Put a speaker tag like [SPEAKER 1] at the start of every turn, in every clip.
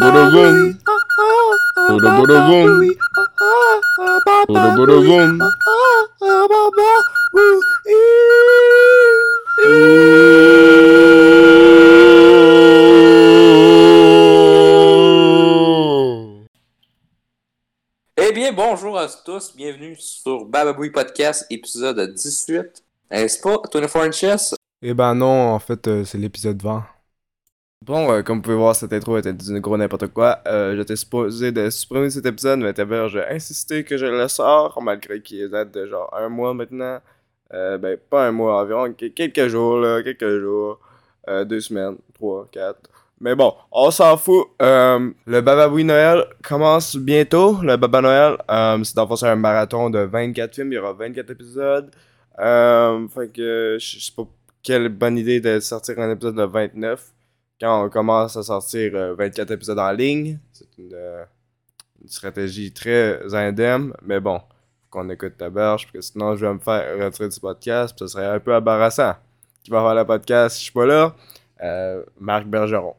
[SPEAKER 1] Boroborobon. Boroborobon. Boroborobon.
[SPEAKER 2] Eh bien, bonjour à tous, bienvenue sur Bababoui Podcast, épisode 18. N'est-ce pas, Tony Frances?
[SPEAKER 3] Eh ben non, en fait, euh, c'est l'épisode 20.
[SPEAKER 4] Bon, euh, comme vous pouvez voir, cette intro était du gros n'importe quoi. Euh, J'étais supposé de supprimer cet épisode, mais Taber, j'ai insisté que je le sors, malgré qu'il date de genre un mois maintenant. Euh, ben, pas un mois, environ que- quelques jours, là, quelques jours. Euh, deux semaines, trois, quatre. Mais bon, on s'en fout. Euh, le Bababoui Noël commence bientôt. Le Baba Noël, euh, c'est dans le fond, c'est un marathon de 24 films. Il y aura 24 épisodes. Euh, fait que je je sais pas quelle bonne idée de sortir un épisode de 29 quand on commence à sortir euh, 24 épisodes en ligne. C'est une, euh, une stratégie très indemne, mais bon, faut qu'on écoute ta berge, parce que sinon je vais me faire retirer du podcast, puis ce serait un peu embarrassant. Qui va faire le podcast si je suis pas là? Euh, Marc Bergeron.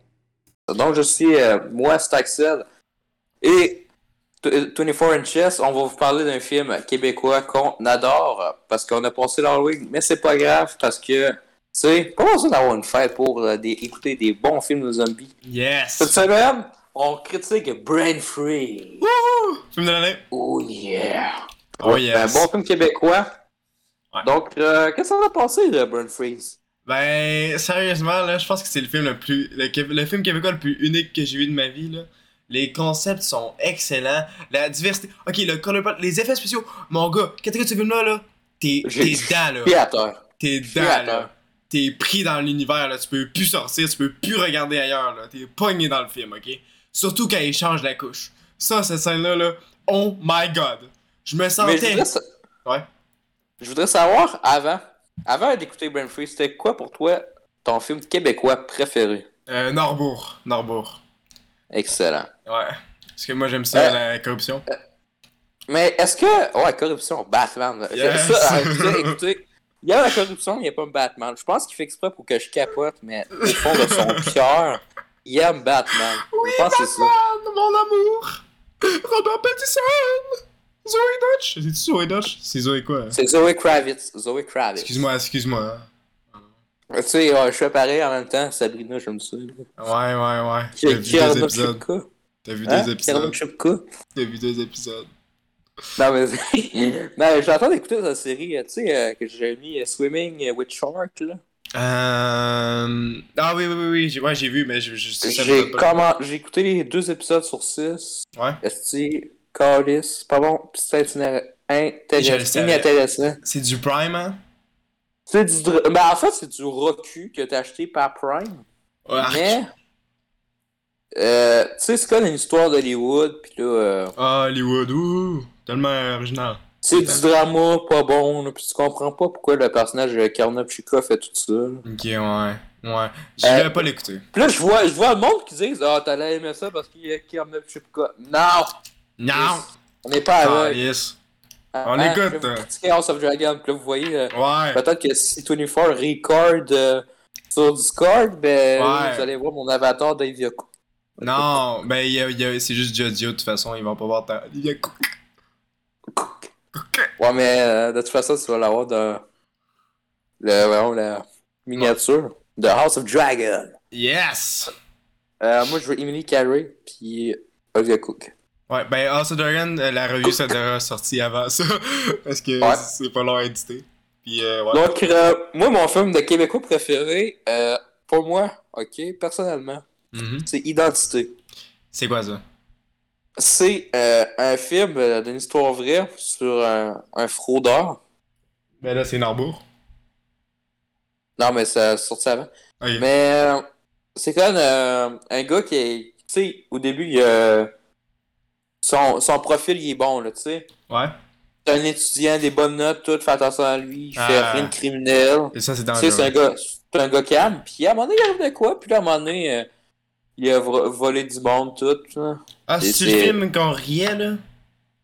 [SPEAKER 2] Donc, je suis euh, moi, c'est Axel. Et T- euh, 24 Inches, on va vous parler d'un film québécois qu'on adore parce qu'on a passé l'Halloween, mais c'est pas grave parce que c'est pas ça d'avoir une fête pour euh, des- écouter des bons films de zombies. Cette
[SPEAKER 5] Yes!
[SPEAKER 2] semaine, on critique Brain Free.
[SPEAKER 5] Tu me l'année?
[SPEAKER 2] Oh yeah!
[SPEAKER 5] Oh yes!
[SPEAKER 2] Un bon film québécois.
[SPEAKER 5] Ouais.
[SPEAKER 2] Donc, euh, qu'est-ce qu'on a pensé de Brain Freeze?
[SPEAKER 5] Ben, sérieusement, là, je pense que c'est le film le plus. Le, Qué- le film québécois le plus unique que j'ai vu de ma vie, là. Les concepts sont excellents. La diversité. Ok, le color palette, les effets spéciaux. Mon gars, qu'est-ce que tu film là, là? T'es
[SPEAKER 2] J'ai-
[SPEAKER 5] t'es dedans,
[SPEAKER 2] Puis
[SPEAKER 5] là.
[SPEAKER 2] à terre.
[SPEAKER 5] T'es
[SPEAKER 2] suis
[SPEAKER 5] dedans,
[SPEAKER 2] à terre.
[SPEAKER 5] là. T'es pris dans l'univers, là. Tu peux plus sortir, tu peux plus regarder ailleurs, là. T'es pogné dans le film, ok? Surtout quand il change la couche. Ça, cette scène-là, là. Oh my god! Je me
[SPEAKER 2] Mais je
[SPEAKER 5] sentais.
[SPEAKER 2] voudrais, sa-
[SPEAKER 5] Ouais.
[SPEAKER 2] je voudrais savoir, avant, avant d'écouter Brain Freeze, c'était quoi pour toi ton film québécois préféré?
[SPEAKER 5] Euh, Norbourg. Norbourg.
[SPEAKER 2] Excellent.
[SPEAKER 5] Ouais. Parce que moi, j'aime ça, la corruption.
[SPEAKER 2] Mais est-ce que. Ouais, corruption, Batman. là.
[SPEAKER 5] Yes.
[SPEAKER 2] Ça, euh, je disais, écoutez, il y a la corruption, il n'y a pas Batman. Je pense qu'il fait exprès pour que je capote, mais au fond de son cœur, il aime Batman. je pense que c'est ça.
[SPEAKER 5] Batman, mon amour! Robert Pattinson! Zoé Dutch! C'est-tu Zoé Dutch? C'est Zoé quoi? hein?
[SPEAKER 2] C'est Zoe Kravitz. Zoe Kravitz.
[SPEAKER 5] Excuse-moi, excuse-moi.
[SPEAKER 2] Tu sais, ouais, je fais pareil en même temps. Sabrina, j'aime ça. là.
[SPEAKER 5] Ouais, ouais, ouais. T'as
[SPEAKER 2] Qui-
[SPEAKER 5] vu
[SPEAKER 2] qui
[SPEAKER 5] deux
[SPEAKER 2] Arnaud
[SPEAKER 5] épisodes.
[SPEAKER 2] Chipka.
[SPEAKER 5] T'as vu
[SPEAKER 2] Hein?
[SPEAKER 5] deux
[SPEAKER 2] Qui Arnaud
[SPEAKER 5] épisodes.
[SPEAKER 2] Chipka.
[SPEAKER 5] T'as vu deux épisodes.
[SPEAKER 2] Non, mais, non, mais j'entends d'écouter sa série, euh, tu sais, euh, que j'ai mis euh, Swimming with Shark, là.
[SPEAKER 5] Euh... Ah oui, oui, oui, oui. j'ai- Ouais, j'ai vu, mais je, je, je savais
[SPEAKER 2] J'ai
[SPEAKER 5] pas.
[SPEAKER 2] comment... j'ai écouté les deux épisodes sur six.
[SPEAKER 5] Ouais.
[SPEAKER 2] Esti, Calis, pas bon, pis c'était itinérant-
[SPEAKER 5] Je le
[SPEAKER 2] intéressant.
[SPEAKER 5] savais.
[SPEAKER 2] inintéressant.
[SPEAKER 5] C'est du Prime, hein?
[SPEAKER 2] C'est du. dr- Ben, en fait, c'est du Roku que t'as acheté par Prime.
[SPEAKER 5] Ouais. arc.
[SPEAKER 2] Mais. Euh, tu sais, c'est comme une histoire d'Hollywood, pis là. euh,
[SPEAKER 5] Ah, Hollywood, ouh! Tellement original.
[SPEAKER 2] C'est du drama pas bon, là, pis tu comprends pas pourquoi le personnage de Karnov Chika fait tout ça. là.
[SPEAKER 5] Ok, ouais. Ouais. Je
[SPEAKER 2] Euh,
[SPEAKER 5] voulais pas l'écouter.
[SPEAKER 2] Puis là, je vois, je vois le monde qui dit Ah, t'allais aimer ça parce qu'il y a Kermit Chipka. Non
[SPEAKER 5] Non!
[SPEAKER 2] On n'est pas Ah,
[SPEAKER 5] Ah,
[SPEAKER 2] avec.
[SPEAKER 5] yes. on écoute, hein.
[SPEAKER 2] House of Dragon. Puis là, vous voyez, euh,
[SPEAKER 5] Ouais.
[SPEAKER 2] peut-être que si 24 record euh, sur Discord, ben,
[SPEAKER 5] Ouais.
[SPEAKER 2] vous allez voir mon avatar Dave Yoko.
[SPEAKER 5] Non, ben il y a- il y a- c'est juste Jodio, de toute façon, ils vont pas voir ta. Il y a cou-
[SPEAKER 2] Ouais, mais euh, de toute façon, tu vas l'avoir dans le, voyons, la miniature de House of Dragon.
[SPEAKER 5] Yes!
[SPEAKER 2] Euh, moi, je veux Emily Carey, puis Olivia Cook.
[SPEAKER 5] Ouais, ben House of Dragon, euh, la revue, ça devrait sortir avant ça. parce que
[SPEAKER 2] Ouais.
[SPEAKER 5] c'est pas long à éditer. Puis euh, ouais.
[SPEAKER 2] Donc, euh, moi, mon film de Québécois préféré, euh, pour moi, ok, personnellement,
[SPEAKER 5] Mhm.
[SPEAKER 2] c'est Identité.
[SPEAKER 5] C'est quoi ça?
[SPEAKER 2] C'est euh, un film euh, d'une histoire vraie sur un, un fraudeur.
[SPEAKER 5] Ben là, c'est Norbourg.
[SPEAKER 2] Non, mais ça a sorti avant.
[SPEAKER 5] Ok.
[SPEAKER 2] Mais euh, c'est comme euh, un gars qui est. Tu sais, au début, il, euh, son, son profil, il est bon, là, tu sais.
[SPEAKER 5] Ouais.
[SPEAKER 2] C'est un étudiant, des bonnes notes, tout, fait attention à lui, il fait
[SPEAKER 5] Ah.
[SPEAKER 2] rien de criminel.
[SPEAKER 5] Et ça, c'est
[SPEAKER 2] Tu sais, c'est un
[SPEAKER 5] dangereux.
[SPEAKER 2] gars, c'est un gars calme, puis à un moment donné, il arrive de quoi, puis là, à un moment donné, euh, il a vo- volé du monde, tout. là.
[SPEAKER 5] Ah,
[SPEAKER 2] c'est-
[SPEAKER 5] c'est le film qu'on riait là?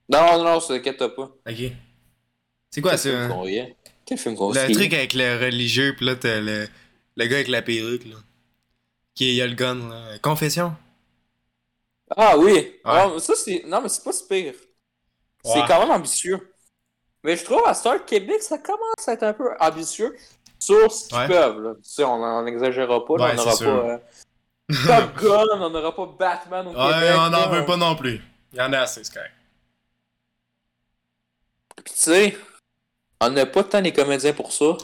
[SPEAKER 2] Non, non, non, ça t'inquiète pas.
[SPEAKER 5] Ok. C'est quoi ça?
[SPEAKER 2] Film
[SPEAKER 5] hein?
[SPEAKER 2] qu'on riait. Quel film qu'on
[SPEAKER 5] Le
[SPEAKER 2] riait?
[SPEAKER 5] truc avec le religieux, pis là, t'as le... le gars avec la perruque là. Qui il y a le gun là. Confession?
[SPEAKER 2] Ah oui!
[SPEAKER 5] Ouais.
[SPEAKER 2] Ah, mais ça, c'est... Non, mais c'est pas si pire. C'est
[SPEAKER 5] Ouais.
[SPEAKER 2] quand même ambitieux. Mais je trouve à ce heure, Québec, ça commence à être un peu ambitieux sur ce qu'ils
[SPEAKER 5] Ouais.
[SPEAKER 2] peuvent. Là. Tu sais, on on n'exagérera pas. là,
[SPEAKER 5] Ouais,
[SPEAKER 2] on n'aura
[SPEAKER 5] c'est
[SPEAKER 2] pas
[SPEAKER 5] sûr.
[SPEAKER 2] euh, Top Gun, on n'aura pas Batman au
[SPEAKER 5] Ouais,
[SPEAKER 2] Québec.
[SPEAKER 5] on
[SPEAKER 2] là,
[SPEAKER 5] n'en veut pas non plus. Il y en a assez, c'est correct.
[SPEAKER 2] Puis tu sais, on n'a pas tant les comédiens pour ça.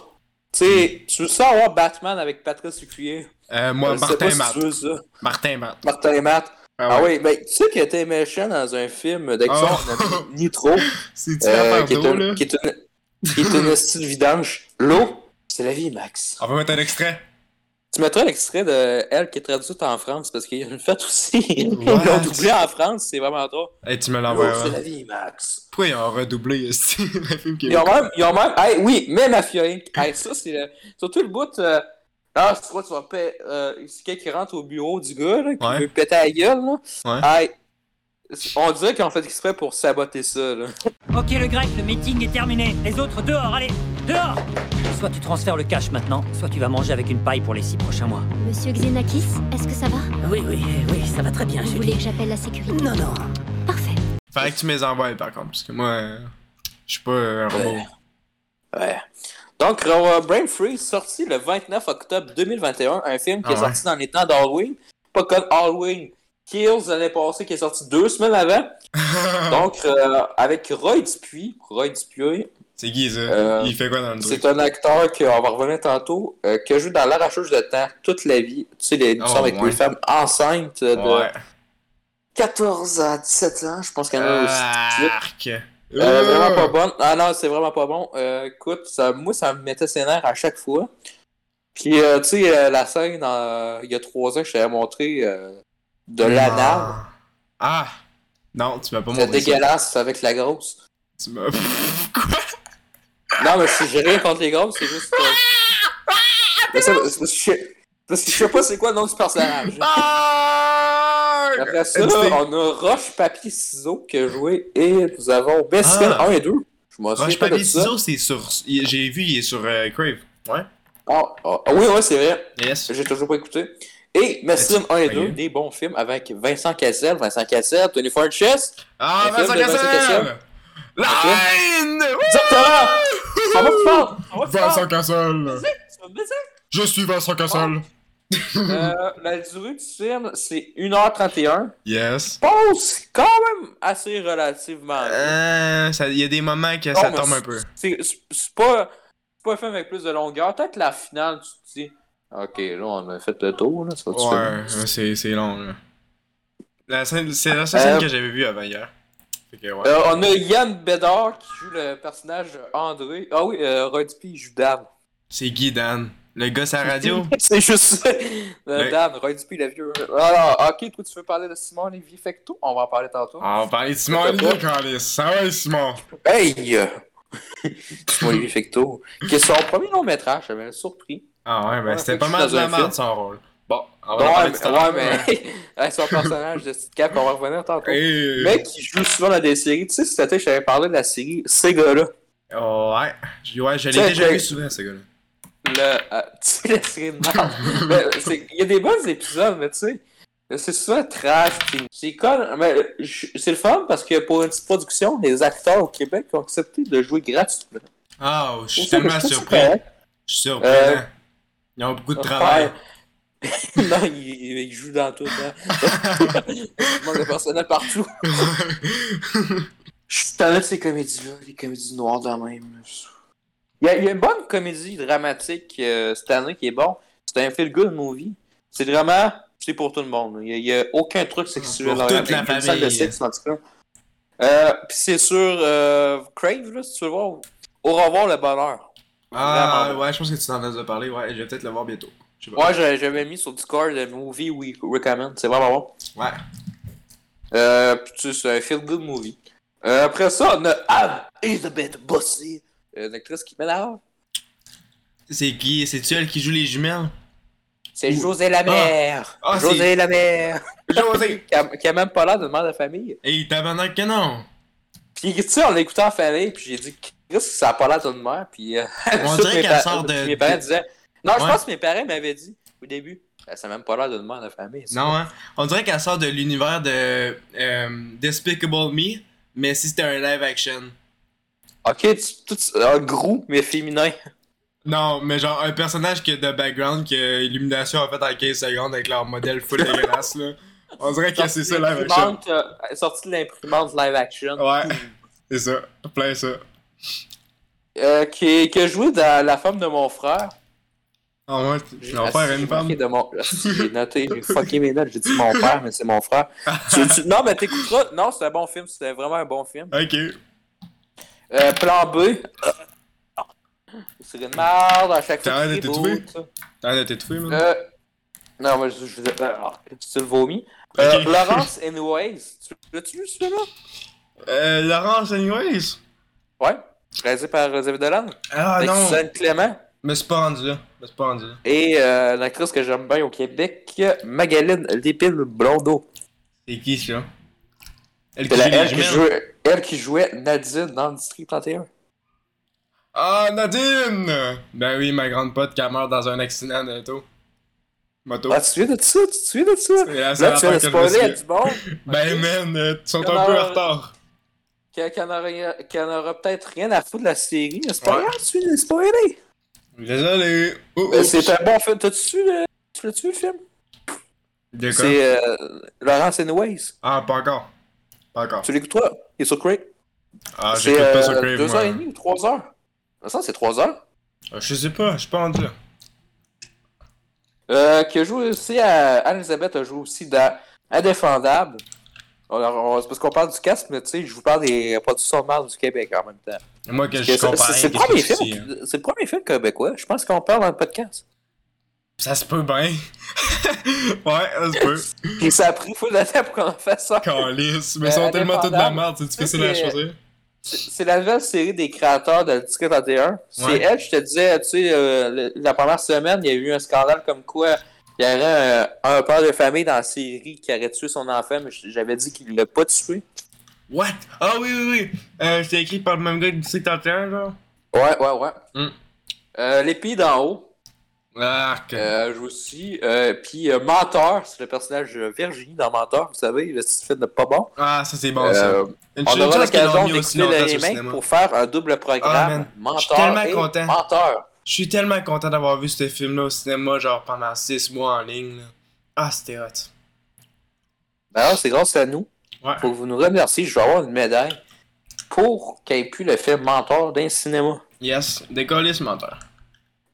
[SPEAKER 2] Tu
[SPEAKER 5] Hmm.
[SPEAKER 2] sais, tu veux ça avoir Batman avec Patrice Huclier?
[SPEAKER 5] Euh, moi,
[SPEAKER 2] Je sais
[SPEAKER 5] Martin
[SPEAKER 2] pas
[SPEAKER 5] et Matt.
[SPEAKER 2] Si tu veux ça.
[SPEAKER 5] Martin et Matt.
[SPEAKER 2] Martin et Matt.
[SPEAKER 5] Ah
[SPEAKER 2] Ah
[SPEAKER 5] ouais.
[SPEAKER 2] oui, ben tu sais qu'il était méchant dans un film d'action,
[SPEAKER 5] Ah.
[SPEAKER 2] on a mis Nitro,
[SPEAKER 5] C'est-tu
[SPEAKER 2] euh,
[SPEAKER 5] à
[SPEAKER 2] qui est
[SPEAKER 5] Pardo, là?
[SPEAKER 2] une, qui est une, qui est une style vidange. L'eau, c'est la vie, Max.
[SPEAKER 5] On va mettre un extrait.
[SPEAKER 2] Tu mettras l'extrait de elle qui est traduite en France parce qu'il y a une fête aussi. Ils
[SPEAKER 5] What?
[SPEAKER 2] l'ont doublé en France, c'est vraiment trop.
[SPEAKER 5] Hey, tu me
[SPEAKER 2] L'eau,
[SPEAKER 5] l'envoies.
[SPEAKER 2] c'est
[SPEAKER 5] hein.
[SPEAKER 2] la vie, Max.
[SPEAKER 5] Pourquoi ils ont redoublé esti, le film
[SPEAKER 2] Ils
[SPEAKER 5] québécois?
[SPEAKER 2] ont même, ils ont même, hey, oui, même Mafia Inc. Hey, ça, c'est le- surtout le bout. euh, Ah, je crois que tu vas payer. c'est quelqu'un qui rentre au bureau du gars, là, qui
[SPEAKER 5] Ouais.
[SPEAKER 2] veut péter la gueule, là.
[SPEAKER 5] Ouais.
[SPEAKER 2] Hey, on dirait qu'ils ont fait exprès pour saboter ça, là.
[SPEAKER 1] Ok le grec, le meeting est terminé. Les autres dehors, allez, dehors Soit tu transfères le cash maintenant, soit tu vas manger avec une paille pour les six prochains mois.
[SPEAKER 6] Monsieur Xenakis, est-ce que ça va
[SPEAKER 1] Oui, oui, oui, ça va très bien,
[SPEAKER 6] Vous voulez que j'appelle la sécurité
[SPEAKER 1] Non, non.
[SPEAKER 6] Parfait.
[SPEAKER 5] Fallait que tu me les envoies, par contre, parce que moi, euh, je suis pas euh, un robot.
[SPEAKER 2] Ouais. Donc, euh, Brain Freeze, sorti le 29 octobre 2021, un film qui
[SPEAKER 5] Ah
[SPEAKER 2] est
[SPEAKER 5] ouais.
[SPEAKER 2] sorti dans les temps d'Halloween, pas comme Halloween Kills l'année passée, qui est sorti deux semaines avant.
[SPEAKER 5] Ah.
[SPEAKER 2] Donc, euh, avec Roy Dupuis, Roy Dupuis,
[SPEAKER 5] c'est qui, ça?
[SPEAKER 2] Euh,
[SPEAKER 5] Il fait quoi dans le truc?
[SPEAKER 2] c'est un acteur qu'on va revenir tantôt, euh, qui joue dans L'arracheuse de temps toute la vie, tu sais, les,
[SPEAKER 5] Oh,
[SPEAKER 2] l'histoire avec
[SPEAKER 5] ouais.
[SPEAKER 2] les femmes enceintes de
[SPEAKER 5] Ouais.
[SPEAKER 2] 14 à 17 ans, je pense qu'il y en a aussi
[SPEAKER 5] Arc.
[SPEAKER 2] Euh, vraiment pas bonne. Ah non, c'est vraiment pas bon. Euh, écoute, ça, moi, ça me mettait ses nerfs à chaque fois. Puis, euh, tu sais, euh, la scène, euh, il y a trois ans, je t'avais montré euh, de la nave.
[SPEAKER 5] Ah. Ah! Non, tu m'as pas montré.
[SPEAKER 2] C'est
[SPEAKER 5] ça.
[SPEAKER 2] dégueulasse avec la grosse.
[SPEAKER 5] Tu m'as. Quoi?
[SPEAKER 2] Non, mais si j'ai rien contre les grosses, c'est juste. euh, mais ça, je, je- parce que je sais pas c'est quoi le nom du personnage.
[SPEAKER 5] Ah!
[SPEAKER 2] Après ça,
[SPEAKER 5] C'est-
[SPEAKER 2] on a Roche, Papier, Ciseaux qui a joué et nous avons Best Friend
[SPEAKER 5] Ah.
[SPEAKER 2] 1 et 2. Je m'en souviens
[SPEAKER 5] Roche
[SPEAKER 2] pas de
[SPEAKER 5] papier
[SPEAKER 2] ça.
[SPEAKER 5] ciseaux, c'est sur. il- J'ai vu, il est sur euh, Crave. Ouais.
[SPEAKER 2] Ah, ah, ah oui, oui, c'est vrai.
[SPEAKER 5] Yes.
[SPEAKER 2] J'ai toujours pas écouté. Et Messim 1 et 2,
[SPEAKER 5] sérieux?
[SPEAKER 2] des bons films avec Vincent Cassel, Vincent Cassel, 24 Chess.
[SPEAKER 5] Ah,
[SPEAKER 2] Un
[SPEAKER 5] Vincent
[SPEAKER 2] film de Vincent
[SPEAKER 5] Cassel!
[SPEAKER 2] Cassel.
[SPEAKER 5] Line!
[SPEAKER 2] Exactement! Ça va fort! Ça va
[SPEAKER 5] Vincent
[SPEAKER 2] fort!
[SPEAKER 5] Cassel!
[SPEAKER 2] Ça va baiser.
[SPEAKER 5] Je suis Vincent Cassel!
[SPEAKER 2] Euh, la durée du film, c'est 1h31.
[SPEAKER 5] Yes.
[SPEAKER 2] Pause quand même assez relativement.
[SPEAKER 5] Euh, ça- Il y a des moments que
[SPEAKER 2] Non,
[SPEAKER 5] ça
[SPEAKER 2] Oh, mais
[SPEAKER 5] tombe un
[SPEAKER 2] c'est-
[SPEAKER 5] peu.
[SPEAKER 2] C'est c'est- c'est pas, c'est pas un film avec plus de longueur. Peut-être la finale, tu te dis, ok, là, on a fait le tour, là, ça va
[SPEAKER 5] Ouais, c'est c'est long, là. La scène- C'est la seule scène
[SPEAKER 2] Euh,
[SPEAKER 5] que j'avais vue avant hier. Fait que, ouais.
[SPEAKER 2] Euh, on a Yann Bédard qui joue le personnage André. Ah oui, euh, Roy Dupuis, il joue Dan.
[SPEAKER 5] C'est Guy Dan. Le gars à la radio.
[SPEAKER 2] C'est juste ça. Euh,
[SPEAKER 5] Mais-
[SPEAKER 2] Dan, Roy Dupuis, le vieux. Alors, ok, toi, tu veux parler de Simon Lévy Fecto? On va en parler tantôt.
[SPEAKER 5] Ah, on va parler de Simon
[SPEAKER 2] Je sais pas.
[SPEAKER 5] Olivier Calis. Ça va, Simon?
[SPEAKER 2] Hey! euh, Simon Lévy Fecto, qui est son premier long métrage, j'avais un surpris.
[SPEAKER 5] Ah ouais, ben
[SPEAKER 2] Ouais,
[SPEAKER 5] c'était
[SPEAKER 2] fait
[SPEAKER 5] pas
[SPEAKER 2] que
[SPEAKER 5] mal
[SPEAKER 2] je
[SPEAKER 5] de
[SPEAKER 2] suis dans
[SPEAKER 5] la
[SPEAKER 2] un
[SPEAKER 5] merde
[SPEAKER 2] film.
[SPEAKER 5] son rôle. Bon, on
[SPEAKER 2] Ouais,
[SPEAKER 5] va en parler tout à l'heure.
[SPEAKER 2] mais, ouais, mais- avec son personnage de petite cap, on va revenir tantôt.
[SPEAKER 5] Hey.
[SPEAKER 2] Mec, qui joue souvent dans des séries. Tu sais, cet été, je t'avais parlé de la série Ces gars-là.
[SPEAKER 5] Oh, ouais, je, ouais, je
[SPEAKER 2] Tu
[SPEAKER 5] l'ai
[SPEAKER 2] sais,
[SPEAKER 5] déjà
[SPEAKER 2] j'ai-
[SPEAKER 5] vu souvent, ce gars-là.
[SPEAKER 2] le, euh, tu sais, la série de merde. Mais c'est- Il y a des bons épisodes, mais tu sais, c'est souvent trash. puis C'est con, mais j- c'est le fun parce que pour une petite production, les acteurs au Québec ont accepté de jouer gratuitement.
[SPEAKER 5] Ah, oh, je suis
[SPEAKER 2] Ça, je
[SPEAKER 5] tellement
[SPEAKER 2] trouve ça
[SPEAKER 5] surpris.
[SPEAKER 2] correct.
[SPEAKER 5] Je suis surpris.
[SPEAKER 2] Euh,
[SPEAKER 5] hein. Ils ont beaucoup de travail.
[SPEAKER 2] non, il, il- il joue dans tout. Hein. il manque de personnel partout. Je suis tanné de ces comédies-là, les comédies noires de même. Il y, a, il y a une bonne comédie dramatique euh, cette année qui est bon. C'est un feel-good movie. C'est vraiment... C'est pour tout le monde. Il n'y a, aucun truc sexuel.
[SPEAKER 5] Ah, Pour
[SPEAKER 2] dans
[SPEAKER 5] toute
[SPEAKER 2] il y
[SPEAKER 5] la
[SPEAKER 2] a une salle de
[SPEAKER 5] famille.
[SPEAKER 2] sexe, en tout cas. Euh, Puis c'est sur euh, Crave, là, si tu veux voir. Au revoir, le bonheur.
[SPEAKER 5] Ah,
[SPEAKER 2] vraiment.
[SPEAKER 5] ouais, je pense que tu t'en as déjà parlé. Ouais, je vais peut-être le voir bientôt. Je sais pas.
[SPEAKER 2] Ouais, j'a- j'avais mis sur Discord le movie we recommend. C'est vraiment bon.
[SPEAKER 5] Ouais.
[SPEAKER 2] Euh, puis tu sais, c'est un feel good movie. Euh, après ça, on a Anne Elizabeth Bossy, une actrice qui m'énerve.
[SPEAKER 5] C'est qui C'est-tu elle qui joue les jumelles
[SPEAKER 2] C'est José Lamère.
[SPEAKER 5] Ah,
[SPEAKER 2] José Lamère.
[SPEAKER 5] José
[SPEAKER 2] qui, a, qui a même pas l'air de mère de famille.
[SPEAKER 5] Hey, tabarnak que non
[SPEAKER 2] Puis tu sais, on l'écoutait en famille, puis j'ai dit, Chris, ça a pas l'air d'une mère. Puis euh,
[SPEAKER 5] On
[SPEAKER 2] tous
[SPEAKER 5] dirait
[SPEAKER 2] mes
[SPEAKER 5] qu'elle
[SPEAKER 2] pa-
[SPEAKER 5] sort de-
[SPEAKER 2] Mes parents disaient. Non, je
[SPEAKER 5] Ouais.
[SPEAKER 2] pense que mes parents m'avaient dit. au début. Ben, ça n'a même pas l'air d'une mère de famille. ça.
[SPEAKER 5] Non, hein? On dirait qu'elle sort de l'univers de euh, Despicable Me, mais si c'était un live action.
[SPEAKER 2] Ok, tu, tout, un gros, mais féminin.
[SPEAKER 5] Non, mais genre un personnage qui a de background que Illumination a fait en 15 secondes avec leur modèle full dégueulasse, là. On dirait que c'est ça live action.
[SPEAKER 2] Imprimante, euh, sorti de l'imprimante live action.
[SPEAKER 5] Ouais, c'est ça. Plein ça.
[SPEAKER 2] Euh, qui, qui a joué dans La femme de mon frère.
[SPEAKER 5] En moins,
[SPEAKER 2] J'ai
[SPEAKER 5] mon
[SPEAKER 2] assis,
[SPEAKER 5] père
[SPEAKER 2] j'ai
[SPEAKER 5] une femme.
[SPEAKER 2] marqué de mon- J'ai noté, j'ai fucké mes notes, j'ai dit mon père, mais c'est mon frère. Tu- tu- Non, mais t'écouteras. Non, c'est un bon film, c'était vraiment un bon film.
[SPEAKER 5] Ok.
[SPEAKER 2] Euh, plan B. C'est une merde à chaque
[SPEAKER 5] T'as
[SPEAKER 2] fois. que
[SPEAKER 5] arrêté
[SPEAKER 2] tu
[SPEAKER 5] de
[SPEAKER 2] bois,
[SPEAKER 5] t'étouffer? T'en as étouffé, man.
[SPEAKER 2] ça. Euh, Non, mais je, je, je- euh, tu le vomis. Euh,
[SPEAKER 5] Ok.
[SPEAKER 2] Laurence Anyways. Tu l'as-tu vu celui-là?
[SPEAKER 5] Euh, Laurence, anyways.
[SPEAKER 2] Ouais. Réalisé par Xavier Dolan.
[SPEAKER 5] Ah
[SPEAKER 2] avec
[SPEAKER 5] non,
[SPEAKER 2] Suzanne Clément.
[SPEAKER 5] mais c'est pas rendu là. Mais c'est pas rendu là.
[SPEAKER 2] Et euh, une actrice que j'aime bien au Québec, Magaline Lépine Blondeau.
[SPEAKER 5] C'est qui, ça? Elle
[SPEAKER 2] C'est
[SPEAKER 5] qui
[SPEAKER 2] la-
[SPEAKER 5] joue les
[SPEAKER 2] elle, qui
[SPEAKER 5] jumelles.
[SPEAKER 2] jouait, elle qui jouait Nadine dans District 31.
[SPEAKER 5] Ah, Nadine! Ben oui, ma grande pote qui a meurt dans un accident de moto. Moto.
[SPEAKER 2] Ah, tu te souviens de ça? Tu te souviens de ça?
[SPEAKER 5] C'est la seule
[SPEAKER 2] Là, tu viens de
[SPEAKER 5] affaire que je me
[SPEAKER 2] spoiler à du
[SPEAKER 5] souviens.
[SPEAKER 2] monde.
[SPEAKER 5] Ben man, euh, ils sont
[SPEAKER 2] Comment-
[SPEAKER 5] un peu en retard.
[SPEAKER 2] Qu'elle qu'elle n'aura qu'elle n'aura peut-être rien à foutre de la série. C'est pas
[SPEAKER 5] Ouais.
[SPEAKER 2] grave, tu viens de spoiler.
[SPEAKER 5] Désolé. Oh,
[SPEAKER 2] Mais
[SPEAKER 5] oh.
[SPEAKER 2] C'est un bon film. T'as-tu su le... Tu l'as-tu vu, le film?
[SPEAKER 5] De quoi?
[SPEAKER 2] C'est euh, Laurence Anyways.
[SPEAKER 5] Ah, pas encore. Pas encore.
[SPEAKER 2] Tu l'écouteras? Il est sur Craig.
[SPEAKER 5] Ah,
[SPEAKER 2] c'est
[SPEAKER 5] j'écoute pas sur
[SPEAKER 2] euh,
[SPEAKER 5] Crave,
[SPEAKER 2] deux heures et
[SPEAKER 5] moi.
[SPEAKER 2] demie ou trois heures. Ça, c'est trois heures.
[SPEAKER 5] Ah, Je sais pas, je suis pas rendu là.
[SPEAKER 2] Euh, qui a joué aussi à. Anne-Elisabeth a joué aussi dans Indéfendable. Alors, on- C'est parce qu'on parle du cast, mais tu sais, je vous parle des productions de marge du Québec en même temps.
[SPEAKER 5] Et Moi, que
[SPEAKER 2] Que
[SPEAKER 5] je
[SPEAKER 2] C'est
[SPEAKER 5] compare.
[SPEAKER 2] c'est- c'est le
[SPEAKER 5] qu'est-ce que
[SPEAKER 2] premier
[SPEAKER 5] tu
[SPEAKER 2] film.
[SPEAKER 5] dis, hein.
[SPEAKER 2] C'est le premier film québécois. Je pense qu'on parle dans le podcast.
[SPEAKER 5] Ça se peut bien. ouais, ça se peut.
[SPEAKER 2] Puis ça a pris full de temps pour qu'on en fasse ça.
[SPEAKER 5] Calice. Mais
[SPEAKER 2] Euh,
[SPEAKER 5] ils sont tellement tous de la
[SPEAKER 2] indépendable.
[SPEAKER 5] merde, c'est difficile à
[SPEAKER 2] c'est-
[SPEAKER 5] choisir.
[SPEAKER 2] C'est c'est la nouvelle série des créateurs de Disque 31. C'est
[SPEAKER 5] Ouais.
[SPEAKER 2] elle, je te disais, tu sais, euh, le- la première semaine, il y a eu un scandale comme quoi il y aurait un, un père de famille dans la série qui aurait tué son enfant, mais j- j'avais dit qu'il l'a pas tué.
[SPEAKER 5] What? Ah oui, oui, oui. Euh, c'est écrit par le même gars du District 31, genre.
[SPEAKER 2] Ouais, ouais, ouais.
[SPEAKER 5] Mm.
[SPEAKER 2] Euh, les pays d'en haut,
[SPEAKER 5] Ah, que.
[SPEAKER 2] euh, joue aussi. Euh, Puis euh, Menteur, c'est le personnage de Virginie dans Menteur, vous savez, le petit film de pas bon.
[SPEAKER 5] Ah, ça c'est bon ça.
[SPEAKER 2] Euh,
[SPEAKER 5] Une
[SPEAKER 2] on
[SPEAKER 5] une
[SPEAKER 2] aura
[SPEAKER 5] chance qu'ils l'ont
[SPEAKER 2] l'occasion
[SPEAKER 5] mis au
[SPEAKER 2] d'écouter
[SPEAKER 5] cinéma,
[SPEAKER 2] le
[SPEAKER 5] au
[SPEAKER 2] remake
[SPEAKER 5] cinéma.
[SPEAKER 2] pour faire un double
[SPEAKER 5] Ah,
[SPEAKER 2] programme.
[SPEAKER 5] man. Je suis
[SPEAKER 2] menteur
[SPEAKER 5] tellement
[SPEAKER 2] et
[SPEAKER 5] content.
[SPEAKER 2] menteur.
[SPEAKER 5] Je suis tellement content d'avoir vu ce film-là au cinéma, genre pendant 6 mois en ligne. là. Ah, c'était hot.
[SPEAKER 2] Ben alors, c'est grâce à nous.
[SPEAKER 5] Ouais.
[SPEAKER 2] Faut que vous nous remerciez. Je vais avoir une médaille pour qu'il ait pu le film Mentor d'un cinéma.
[SPEAKER 5] Yes, décollé ce menteur.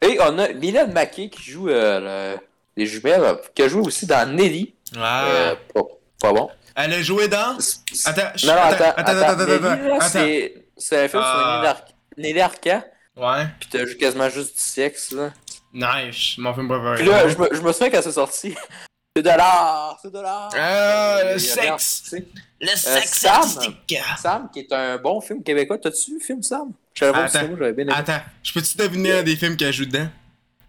[SPEAKER 2] Et on a Milan Mackey qui joue euh, le- les jumelles, euh, qui a joué aussi dans Nelly.
[SPEAKER 5] Ah.
[SPEAKER 2] Euh, pas, pas bon.
[SPEAKER 5] Elle a joué dans. Attends, je-
[SPEAKER 2] Non, non,
[SPEAKER 5] attends,
[SPEAKER 2] attends,
[SPEAKER 5] attends, attends,
[SPEAKER 2] Nelly,
[SPEAKER 5] attends,
[SPEAKER 2] là,
[SPEAKER 5] attends.
[SPEAKER 2] c'est- C'est un film
[SPEAKER 5] Ah.
[SPEAKER 2] sur Nelly, Arc- Nelly Arcan,
[SPEAKER 5] Ouais.
[SPEAKER 2] pis hein? t'as ju- quasiment juste du sexe, là.
[SPEAKER 5] Nice, mon film
[SPEAKER 2] Pis
[SPEAKER 5] préféré.
[SPEAKER 2] là, je me, je me souviens quand c'est sorti. C'est de l'art, c'est de l'art.
[SPEAKER 5] Ah, le
[SPEAKER 2] Il y a bien-
[SPEAKER 5] sexe.
[SPEAKER 2] tu sais,
[SPEAKER 5] Le sexe
[SPEAKER 2] Euh, Sam.
[SPEAKER 5] artistique.
[SPEAKER 2] Sam, qui est un bon film québécois. T'as-tu vu le film Sam? J'avais vu au
[SPEAKER 5] Attends.
[SPEAKER 2] cinéma, j'avais bien aimé.
[SPEAKER 5] Attends, je peux-tu deviner un des films qu'elle joue dedans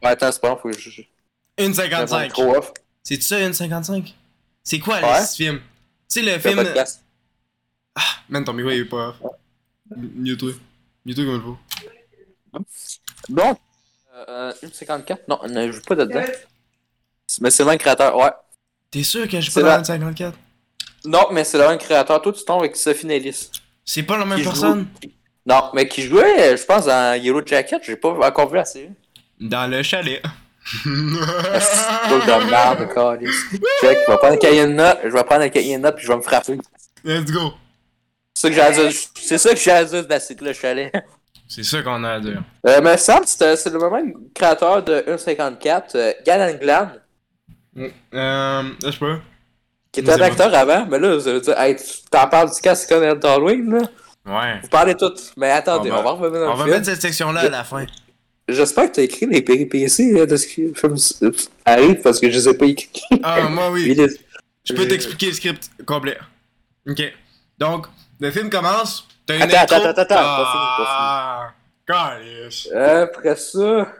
[SPEAKER 2] Ouais, attends, c'est pas grave, faut que je- je.
[SPEAKER 5] Une
[SPEAKER 2] je me
[SPEAKER 5] 55.
[SPEAKER 2] trop off.
[SPEAKER 5] C'est ça, une 55 C'est quoi
[SPEAKER 2] Ouais.
[SPEAKER 5] le film Tu sais, le
[SPEAKER 2] Le
[SPEAKER 5] film.
[SPEAKER 2] podcast.
[SPEAKER 5] Man, ton micro, il est pas off. Mute-toi. Mute-toi comme il faut.
[SPEAKER 2] Bon. Euh, 1,54. Non, ne joue pas dedans. Mais c'est le même créateur, ouais.
[SPEAKER 5] T'es sûr qu'elle joue
[SPEAKER 2] C'est
[SPEAKER 5] pas dans
[SPEAKER 2] la-
[SPEAKER 5] une 54
[SPEAKER 2] Non, mais c'est le même créateur. Toi, tu tombes avec Sophie Nellis.
[SPEAKER 5] C'est pas la même
[SPEAKER 2] Qui joue-
[SPEAKER 5] personne
[SPEAKER 2] Non, mais qui jouait, euh, je pense, dans Yellow Jacket. J'ai pas encore vu la série.
[SPEAKER 5] Dans le chalet.
[SPEAKER 2] Truc de merde, câlisse. Check, je vais prendre un cahier de notes, je vais prendre un cahier de notes, puis je vais me frapper.
[SPEAKER 5] Let's go.
[SPEAKER 2] C'est ça que j'ai à dire- c'est ça que j'ai à dire de la série Le Chalet.
[SPEAKER 5] C'est ça qu'on a à dire.
[SPEAKER 2] Euh, mais Sam, c'est euh, c'est le même créateur de 1,54, euh, Galen Glan,
[SPEAKER 5] Euh, là, je peux.
[SPEAKER 2] qui était un
[SPEAKER 5] C'est bon.
[SPEAKER 2] acteur avant, mais là, vous allez dire, hey, tu t'en parles du cas, c'est comme Ed Darwing, là.
[SPEAKER 5] Ouais.
[SPEAKER 2] Vous parlez tout. Mais attendez,
[SPEAKER 5] On
[SPEAKER 2] on
[SPEAKER 5] va-
[SPEAKER 2] va, revenir dans
[SPEAKER 5] On
[SPEAKER 2] le
[SPEAKER 5] va
[SPEAKER 2] film.
[SPEAKER 5] mettre cette section-là à la fin.
[SPEAKER 2] J'espère que t'as écrit les péripéties là, de ce qui film s- euh, arrive, parce que je les ai pas écrits.
[SPEAKER 5] Ah, moi, oui.
[SPEAKER 2] Il est-
[SPEAKER 5] Je peux t'expliquer le script complet. Ok. Donc, le film commence. T'as une
[SPEAKER 2] Attends,
[SPEAKER 5] intro.
[SPEAKER 2] attends, attends, attends, pas fini, pas fini.
[SPEAKER 5] Ah, calice.
[SPEAKER 2] Euh, Après ça...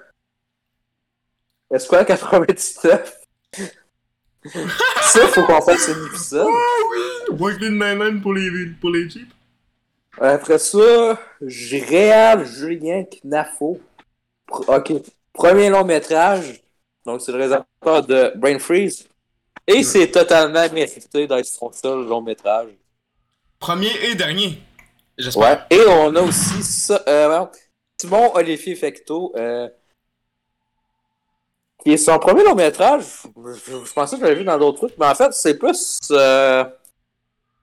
[SPEAKER 2] Est-ce quoi, 99? ça, faut qu'on fasse un épisode.
[SPEAKER 5] Brooklyn Nine-Nine pour les, pour les Jeeps.
[SPEAKER 2] Euh, Après ça, j'ai Réal Julien Knafo. Pr- ok. Premier long métrage, Donc, c'est le réalisateur de Brain Freeze. Et c'est totalement mérité d'être son seul long métrage.
[SPEAKER 5] Premier et dernier. J'espère.
[SPEAKER 2] Ouais. Et on a aussi ça, euh, non, Simon Olivier Fecto, euh, qui est son premier long métrage. Je, je- je pensais que je l'avais vu dans d'autres trucs, mais en fait, c'est plus. euh,